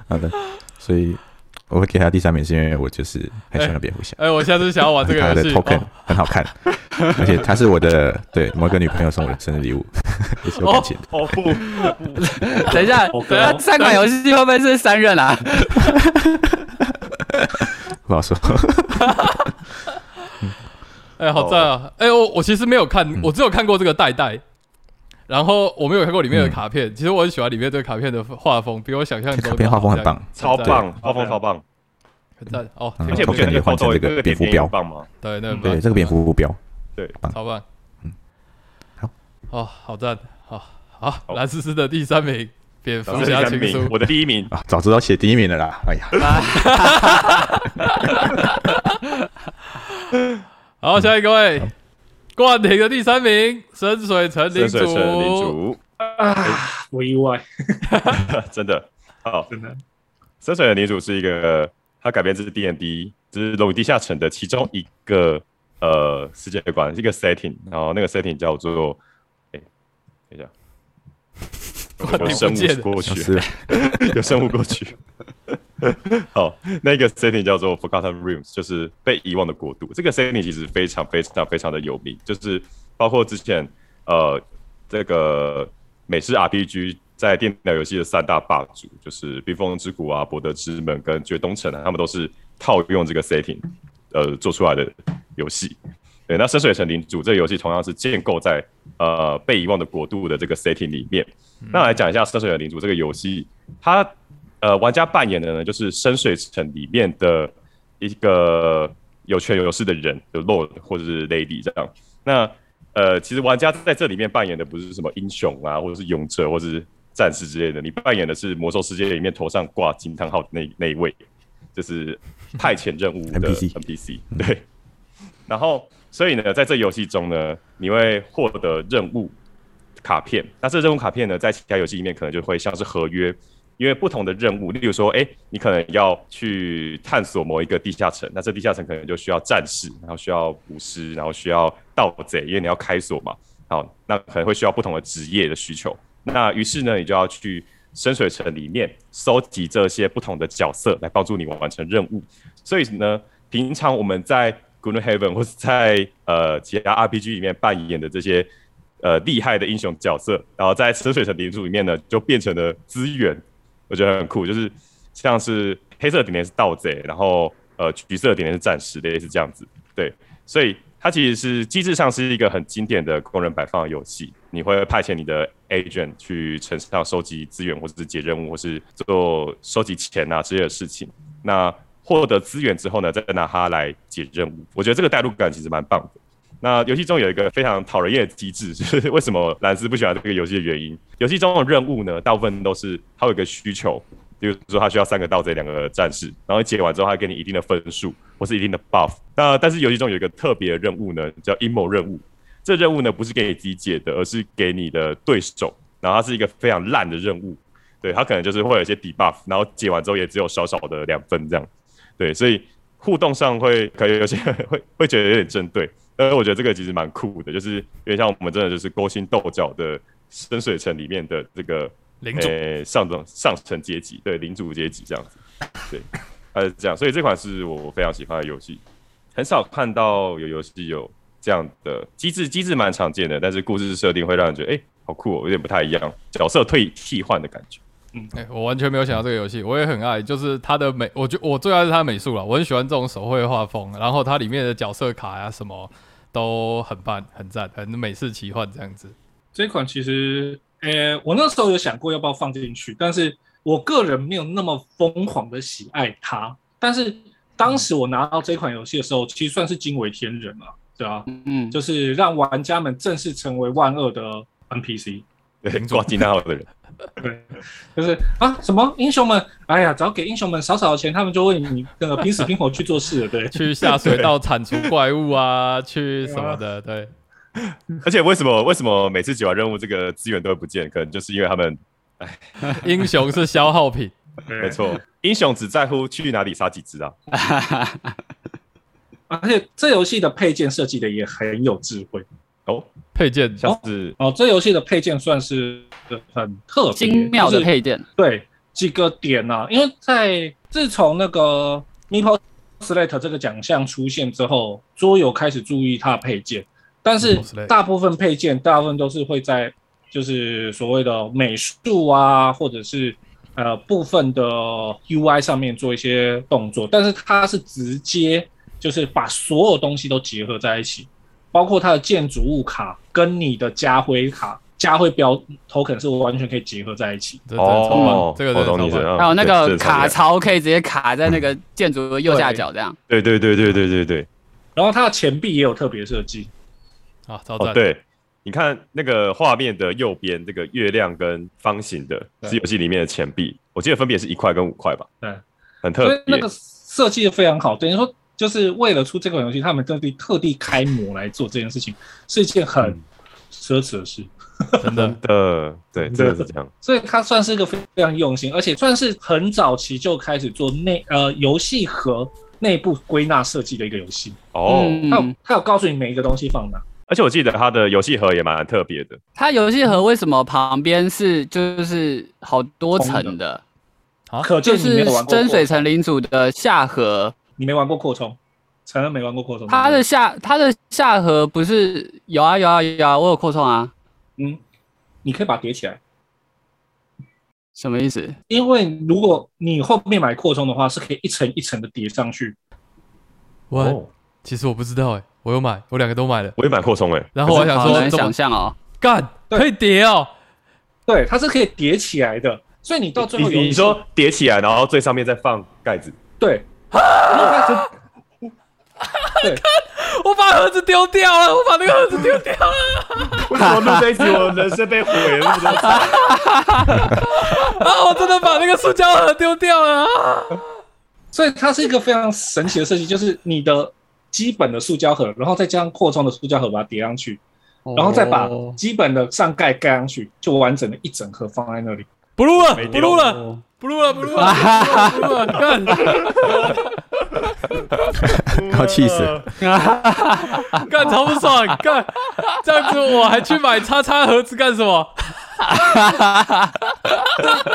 E: 好的，所以我会给他第三名，是因为我就是很喜欢蝙蝠侠，
A: 哎、我下次想要玩这
E: 他
A: 个游
E: 的
A: 戏。
E: token
A: 哦
E: 很好看，而且他是我的对某一个女朋友送我的生日 礼物，也是有感情的。
D: 哦不，
C: 等一下，
B: 好高
C: 那三款游戏会不会是三任啊？
E: 不好说，
A: 哎、好赞
E: 哦
A: 啊！哎、我我其实没有
E: 嗯
A: 看，我只有看过这个代代，然后我没有看过里面的卡片。其实我很喜欢里面这个卡片的画风，比我想象中的
E: 嗯卡片画风很
A: 好
E: 棒，
D: 超
A: 赞
D: 棒，画风超棒，
A: 很赞哦，
E: 嗯
D: 而且
A: 这
D: 我
A: 个
E: 不 token
D: 觉得那个
E: 可能也换成
D: photo
E: 这个
D: 那
E: 蝙
D: 点
E: 蝠
D: 点
E: 标
D: 很棒吗？
A: 对，那很棒
E: 对，这个蝙蝠目标，
A: 超棒。
E: 嗯，
A: 好
E: 好，
A: 哦，好赞，好好，蓝思思的第三名，蝙
D: 然
A: 蝠
D: 后是第
A: 侠
D: 三
A: 情
D: 名，
A: 书，
D: 我的第一名，
E: 啊，早知道写第一名了啦！哎呀，
A: 啊好，下一个位，冠廷的第三名，深水城领
D: 深水城
A: 主，
D: 领主，
B: 不意外，
D: 真的好。
B: 真的。
D: 深水的领主是一个，它改编自 D N D，就是《龙与地下城》的其中一个呃世界观，一个 setting，然后那个 setting 叫做，哎、等一下，有
A: 你不
D: 生
A: 见了
D: 物过
E: 消
D: 去，
E: 失了，
D: 有生物过去。好，那个 setting 叫做 Forgotten Realms，就是被遗忘的国度。这个 setting 其实非常非常非常的有名，就是包括之前呃这个美式 RPG 在电脑游戏的三大霸主，就是冰封之谷啊、博德之门跟绝东城啊，他们都是套用这个 setting 呃做出来的游戏。对，那深水城领主这个游戏同样是建构在呃被遗忘的国度的这个 setting 里面。那来讲一下深水城领主这个游戏，它呃玩家扮演的呢就是深水城里面的一个有权有势的人，就 lord 或者是 lady 这样。那呃，其实玩家在这里面扮演的不是什么英雄啊，或者是勇者，或者是战士之类的，你扮演的是魔兽世界里面头上挂金汤号的那那一位，就是派遣任务的
E: NPC
D: NPC 对。然后，所以呢，在这游戏中呢，你会获得任务卡片。那这任务卡片呢，在其他游戏里面可能就会像是合约，因为不同的任务，例如说，哎，你可能要去探索某一个地下城，那这地下城可能就需要战士，然后需要武士，然后需要盗贼，因为你要开锁嘛。好，那可能会需要不同的职业的需求。那于是呢，你就要去深水城里面收集这些不同的角色来帮助你完成任务。所以呢，平常我们在《Good Heaven》或是在呃其他 RPG 里面扮演的这些呃厉害的英雄角色，然后在《深水城领主》里面呢，就变成了资源，我觉得很酷，就是像是黑色的点点是盗贼，然后呃橘色的点点是战士，类似这样子，对，所以。它其实是机制上是一个很经典的工人摆放的游戏，你会派遣你的 agent 去城市上收集资源，或者是接任务，或是做收集钱啊之类的事情。那获得资源之后呢，再拿它来解任务。我觉得这个代入感其实蛮棒的。那游戏中有一个非常讨人厌的机制， 就是为什么兰斯不喜欢这个游戏的原因。游戏中的任务呢，大部分都是它有一个需求，比如说它需要三个盗贼、两个战士，然后解完之后，它给你一定的分数或是一定的 buff。那但是游戏中有一个特别的任务呢，叫阴谋任务。这任务呢不是给你自己解的，而是给你的对手，然后它是一个非常烂的任务，对它可能就是会有一些 debuff，然后解完之后也只有少少的两分这样。对，所以互动上会可能有些人会会觉得有点针对，但是我觉得这个其实蛮酷的，就是有点像我们真的就是勾心斗角的深水城里面的这个
A: 领主
D: 呃上等上层阶级，对领主阶级这样子，对，它是这样，所以这款是我非常喜欢的游戏，很少看到有游戏有这样的机制，机制蛮常见的，但是故事设定会让人觉得哎、诶好酷、哦，有点不太一样，角色退替换的感觉。
A: 哎、我完全没有想到这个游戏，我也很爱，就是它的美，我觉我最爱是它的美术了，我很喜欢这种手绘画风，然后它里面的角色卡呀、什么都很棒，很赞，很美式奇幻这样子。
B: 这款其实，呃，我那时候有想过要不要放进去，但是我个人没有那么疯狂的喜爱它。但是当时我拿到这款游戏的时候，其实算是惊为天人了，对啊，
C: 嗯，
B: 就是让玩家们正式成为万恶的 NPC。
D: 对，挂金蛋号 的人，
B: 对，就是啊，什么英雄们，哎呀，只要给英雄们少少的钱，他们就为你那个拼死拼活去做事了。 对，
A: 去下水道铲除怪物啊，去什么的，对，
D: 而且为什么为什么每次解完任务这个资源都会不见？可能就是因为他们
A: 英雄是消耗品。
D: 没错，英雄只在乎去哪里杀几只啊。
B: 而且这游戏的配件设计的也很有智慧
D: 哦，
A: 配件
D: 像是
B: 哦。这游戏的配件算是很特别，
C: 精妙的
B: 就是
C: 配件，
B: 对，几个点啊，因为在自从那个 Meeple Slate 这个奖项出现之后，桌游开始注意它的配件，但是
A: Meeple Slate
B: 大部分配件大部分都是会在就是所谓的美术啊，或者是呃部分的 UI 上面做一些动作，但是它是直接就是把所有东西都结合在一起，包括它的建筑物卡跟你的家徽卡、家徽标 token 是完全可以结合在一起。
A: 这真的超棒，这个真
D: 我哦懂
A: 的
D: 你
A: 超棒。
B: 哦
D: 的。
C: 还有那
D: 对
C: 个
D: 这超
C: 卡
D: 屌
C: 槽可以直接卡在那
B: 嗯
C: 个建筑的右下角，这样。
D: 对对对对对对对，
B: 然后它的钱币也有特别设计，
A: 啊，超
D: 哦
A: 赞！
D: 对，你看那个画面的右边，这个月亮跟方形的
B: 对
D: 是游戏里面的钱币，我记得分别是一块跟五块吧，
B: 对，
D: 很特
B: 所以
D: 别
B: 那。个设计的非常好。等于说，就是为了出这款游戏，他们特地特地开模来做这件事情，是一件很
D: 嗯
B: 奢侈的事。
A: 真的，
D: 的，对，真的是这样。
B: 所以它算是一个非常用心，而且算是很早期就开始做内呃游戏和内部归纳设计的一个游戏。
D: 哦，
B: 它
C: 嗯
B: 有，它有告诉你每一个东西放哪。
D: 而且我记得它的游戏盒也蛮特别的，
C: 它游戏盒为什么旁边是就是好多层
B: 空
C: 的？
B: 可
C: 啊就
B: 见你没
C: 是
B: 有玩过
C: 真
B: 扩
C: 水城领主的下盒，
B: 你没玩过扩充，承认没玩过扩充。
C: 它的下它的下盒不是有啊有啊有啊，我有扩充啊，
B: 嗯，你可以把它叠起来，
C: 什么意思？
B: 因为如果你后面买扩充的话，是可以一层一层的叠上去。哦
A: 我其实我不知道哎，我有买，我两个都买了。
D: 我也买扩充哎，
A: 然后我还想
C: 好
A: 说
C: 难，
A: 怎么
C: 想象哦。
A: 干
B: 对
A: 可以叠哦？
B: 对，它是可以叠起来的，所以你到最
D: 你
B: 后有
D: 你说叠起来，然后最上面再放盖子，
B: 对，
A: 我把盒子丢掉了，我把那个盒子丢掉了
D: 为什么录这一集我人生被毁了？我不知道
A: 啊！我真的把那个塑胶盒丢掉了啊！
B: 所以它是一个非常神奇的设计，就是你的基本的塑胶盒，然后再加上扩充的塑胶盒把它叠上去，然后再把
C: 哦
B: 基本的上盖盖上去，就完整的一整盒放在那里。
A: 不录了，
D: 没
A: 不
D: 丢
A: 录了，不录了，不录了，不录了！干，
E: 要 气死
A: 呃
E: 了！
A: 干超不爽，干这样子我还去买叉叉盒子干什么？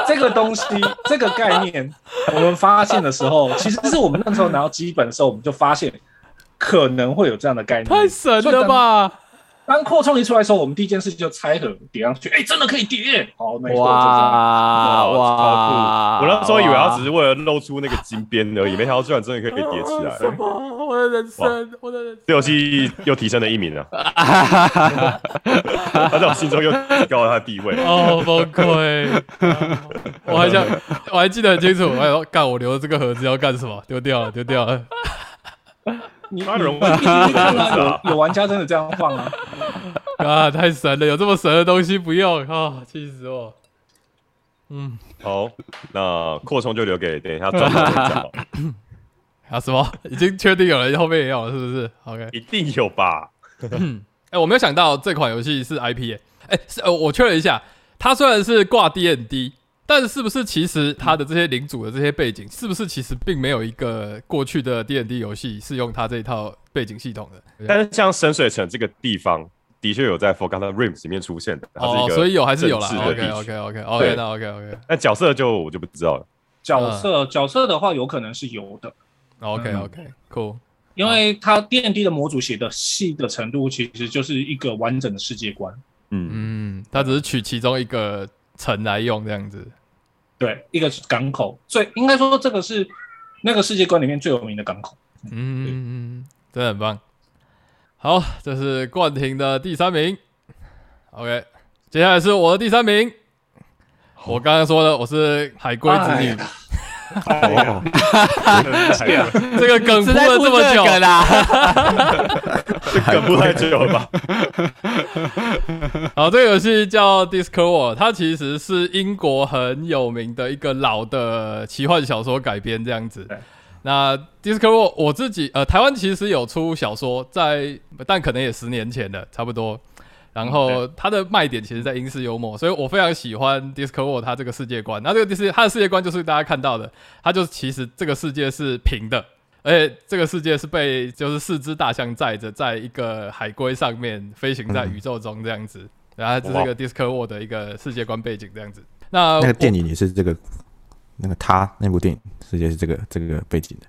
B: 这个东西，这个概念，我们发现的时候，其实是我们那时候拿到基本的时候，我们就发现可能会有这样的概念。
A: 太神了吧！
B: 当！当扩充一出来的时候，我们第一件事就拆盒叠上去，哎、真的可以叠。好，没错，就这样
C: 哇
D: 哇，
C: 哇！
D: 我那时候以为他只
C: 是
D: 是为了露出那个金边而已，没想到居然真的可以叠起来。
A: 什么？我的人生，我的人生。
D: 这游戏又提升了一名啊！他在我心中又提高了他的地位。
A: 哦，崩溃！我还想，我还记得很清楚，我还说干，我留的这个盒子要干什么？丢掉了，丢掉了。
B: 你
D: 他容
B: 你你你看到有有玩家真的这样放啊？
A: 啊，太神了！有这么神的东西不用啊，气死我！嗯，
D: 好，那扩充就留给等一下专门来讲 了，
A: 啊什么？已经确定有人后面也有了，是不是？OK，哎、
D: 一定有吧？
A: 我没有想到这款游戏是 IP 耶、哎、是呃，我确认一下，它虽然是挂 DND，但是不是其实它的这些领主的这些背景，是不是其实并没有一个过去的 DND 游戏是用它这一套背景系统的？
D: 但是像深水城这个地方，的确有在 Forgotten Realms 里面出现的，它是一
A: 哦，
D: 个
A: 所以有还是有啦。
D: 正式的
A: OK 哦
D: 地区
A: OK OK OK，
D: 对
A: 那 OK OK
D: 那角色就我就不知道了。
B: 角色
A: 嗯
B: 角色的话，有可能是有的，
D: 嗯
A: OK OK Cool，
B: 因为
A: 嗯
B: 它 D N D 的模组写的细的程度，其实就是一个完整的世界观，
D: 嗯，
A: 嗯，它只是取其中一个城来用这样子。
B: 对，一个港口，最应该说这个是那个世界观里面最有名的港口。
A: 嗯，真的很棒。好，这是冠廷的第三名。OK，接下来是我的第三名。我刚刚说了，我是海龟
B: 哎
A: 之女，
D: 哦，
A: 这个梗铺
C: 在
A: 了这么久，
C: 梗啊！
D: 梗不太久了吧？
A: 好，这个游戏叫 Discworld，它其实是英国很有名的一个老的奇幻小说改编这样子
B: 对。
A: 那 Discworld 我自己呃，台湾其实有出小说在，但可能也十年前了，差不多。然后它的卖点其实在英式幽默，所以我非常喜欢 Discworld 它这个世界观。那这个 Dis 它的世界观就是大家看到的，它就是其实这个世界是平的，而且哎这个世界是被就是四只大象载着，在一个海龟上面飞行在宇宙中这样子。然后这是一个 Disco World 的一个世界观背景这样子。那
E: 那个
A: 我
E: 电影也是这个那个他那部电影世界是这个这个背景的。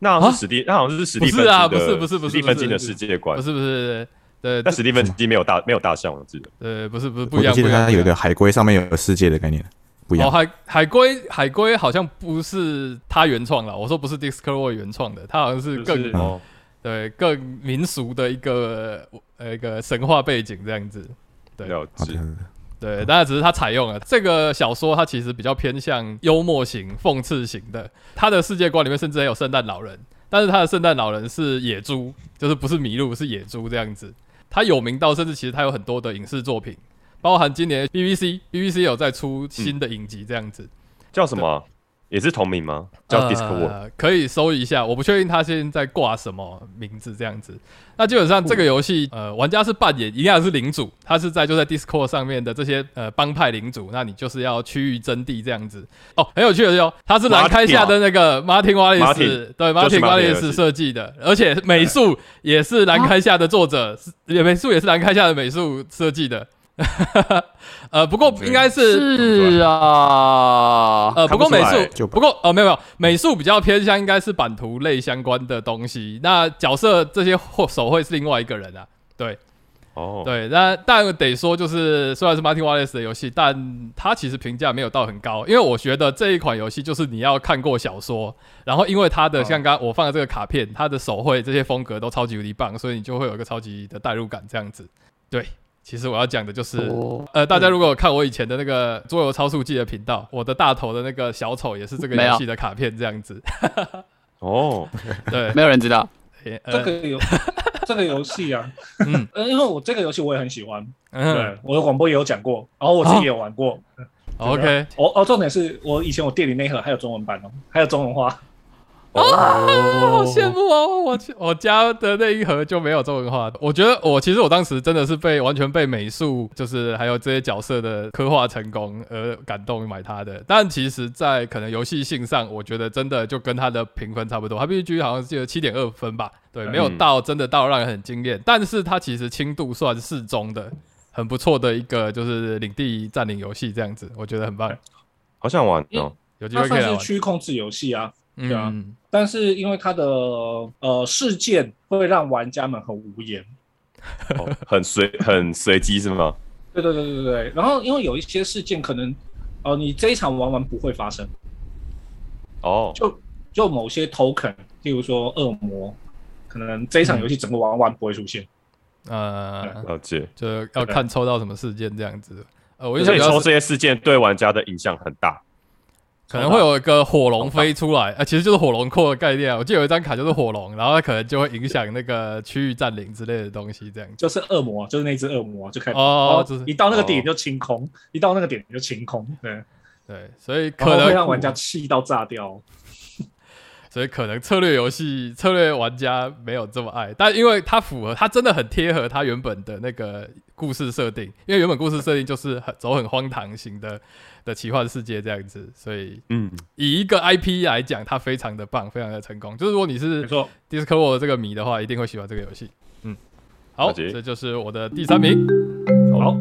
D: 那好像是史蒂，那好像是史蒂
A: 不
D: 芬
A: 是啊
D: 金的
A: 不是不是不是
D: 史蒂芬金的
A: 不是
D: 世界观
A: 不。是不是，对
D: 但
A: 对
D: 史蒂芬金没有大没有大象，我记得。
A: 对，不是不是不
E: 我
A: 一样，
E: 记
A: 不
E: 得
A: 一
E: 它
A: 样。
E: 有一个海龟，上面有世界的概念，不一
A: 啊哦，
E: 样。
A: 海海龟海龟好像不是他原创了，我说不是 Discord 原创的，他好像是
D: 就
A: 更
D: 是哦，
A: 对更民俗的一个呃一个神话背景这样子。对
D: 了
E: 好的，
D: 解
E: 好。的
A: 对，当然只是他采用了这个小说，它其实比较偏向幽默型、讽刺型的。他的世界观里面甚至还有圣诞老人，但是他的圣诞老人是野猪，就是不是麋鹿，是野猪这样子。他有名到，甚至其实他有很多的影视作品，包含今年 BBC BBC 有在出新的影集这样子，
D: 叫什么啊？也是同名吗？叫 Discworld。
A: 呃，可以搜一下。我不确定他现在挂什么名字这样子。那基本上这个游戏，呃，玩家是扮演一样是领主，他是在就在 Discord 上面的这些呃帮派领主，那你就是要区域争地这样子。哦，很有趣的是哦，他是蓝开夏的那个 Martin Wallace，
D: Martin，
A: 对
D: 就
A: Martin
D: 是 Martin 的
A: Wallace
D: 游戏嗯
A: 设计的，而且美术也是蓝开夏的作
D: 啊
A: 者，是也美术也是蓝开夏的美术设计的。 呃，不
D: 嗯
A: 过应该是
C: 是 啊，
A: 呃，不过
D: 看不出
A: 美
D: 来
A: 术，
E: 就
A: 不过呃，没有没有，美术比较偏向应该是版图类相关的东西。那角色这些或手绘是另外一个人啊，对
D: 哦，
A: 对。那但得说，就是虽然是 Martin Wallace 的游戏，但它其实评价没有到很高，因为我觉得这一款游戏就是你要看过小说，然后因为它
C: 哦
A: 的像刚刚我放的这个卡片，它的手绘这些风格都超级无敌棒，所以你就会有一个超级的代入感这样子。对，其实我要讲的就是。
C: 哦
A: 呃，大家如果有看我以前的那个桌游超速记的频道，我的大头的那个小丑也是这个
C: 没有
A: 游戏的卡片这样子。
D: 哦，
A: 对，
C: 没有人知道。
A: 诶
B: 这
A: 呃
B: 个 游这个游戏啊，
A: 嗯
B: 嗯，因为我这个游戏我也很喜欢，
A: 嗯
B: 对我的广播也有讲过，然后我自己也玩过。
A: ，OK，
B: 哦哦，重点是我以前我店里那一盒还有中文版哦，还有中文化。
A: 啊，好羡慕哦！我我家的那一盒就没有中文化。我觉得我其实我当时真的是被完全被美术，就是还有这些角色的刻画成功而感动买它的。但其实，在可能游戏性上，我觉得真的就跟它的评分差不多，它 BG 好像记得七点二分吧，对，没有到真的到让人很惊艳，但是它其实轻度算适中的。很不错的一个就是领地占领游戏这样子，我觉得很棒，
D: 好想玩哦。
A: 有机
B: 它
A: 会可
B: 算
A: 以来
B: 是
A: 玩。
B: 区控制游戏啊，对啊
A: 嗯，
B: 但是因为它的呃事件会让玩家们很无言。
D: 哦很随很随机是吗？
B: 对对对对对。然后因为有一些事件可能哦、呃你这一场玩完不会发生，
D: 哦，
B: 就就某些 token，例如说恶魔，可能这一
A: 嗯
B: 场游戏整个玩完不会出现。
A: 呃，
D: 了解。
A: 就是要看抽到什么事件这样子。呃，我就
D: 所
A: 想
D: 以
A: 要
D: 抽
A: 是
D: 这些事件对玩家的影响很大。
A: 可能会有一个火龙飞出来，呃，其实就是火龙扩的概念啊。我记得有一张卡就是火龙，然后它可能就会影响那个区域占领之类的东西这样子。
B: 就是恶魔，啊就是那只恶魔就开始
A: 哦
B: 哦
A: 就是
B: 一到那个点就清空，一到那个点就清空，对，
A: 对，所以
B: 然
A: 可
B: 后哦会
A: 能
B: 让玩家气到炸掉。
A: 所以可能策略游戏策略玩家没有这么爱，但因为它符合，它真的很贴合它原本的那个故事设定，因为原本故事设定就是很走很荒唐型的的奇幻世界这样子，所以
D: 嗯，
A: 以一个 IP 来讲，它非常的棒，非常的成功。就是如果你是
D: 嗯
B: 没错，
A: Discord 这个迷的话，一定会喜欢这个游戏。嗯，好，
D: 了解
A: 这就是我的第三名。
B: 好，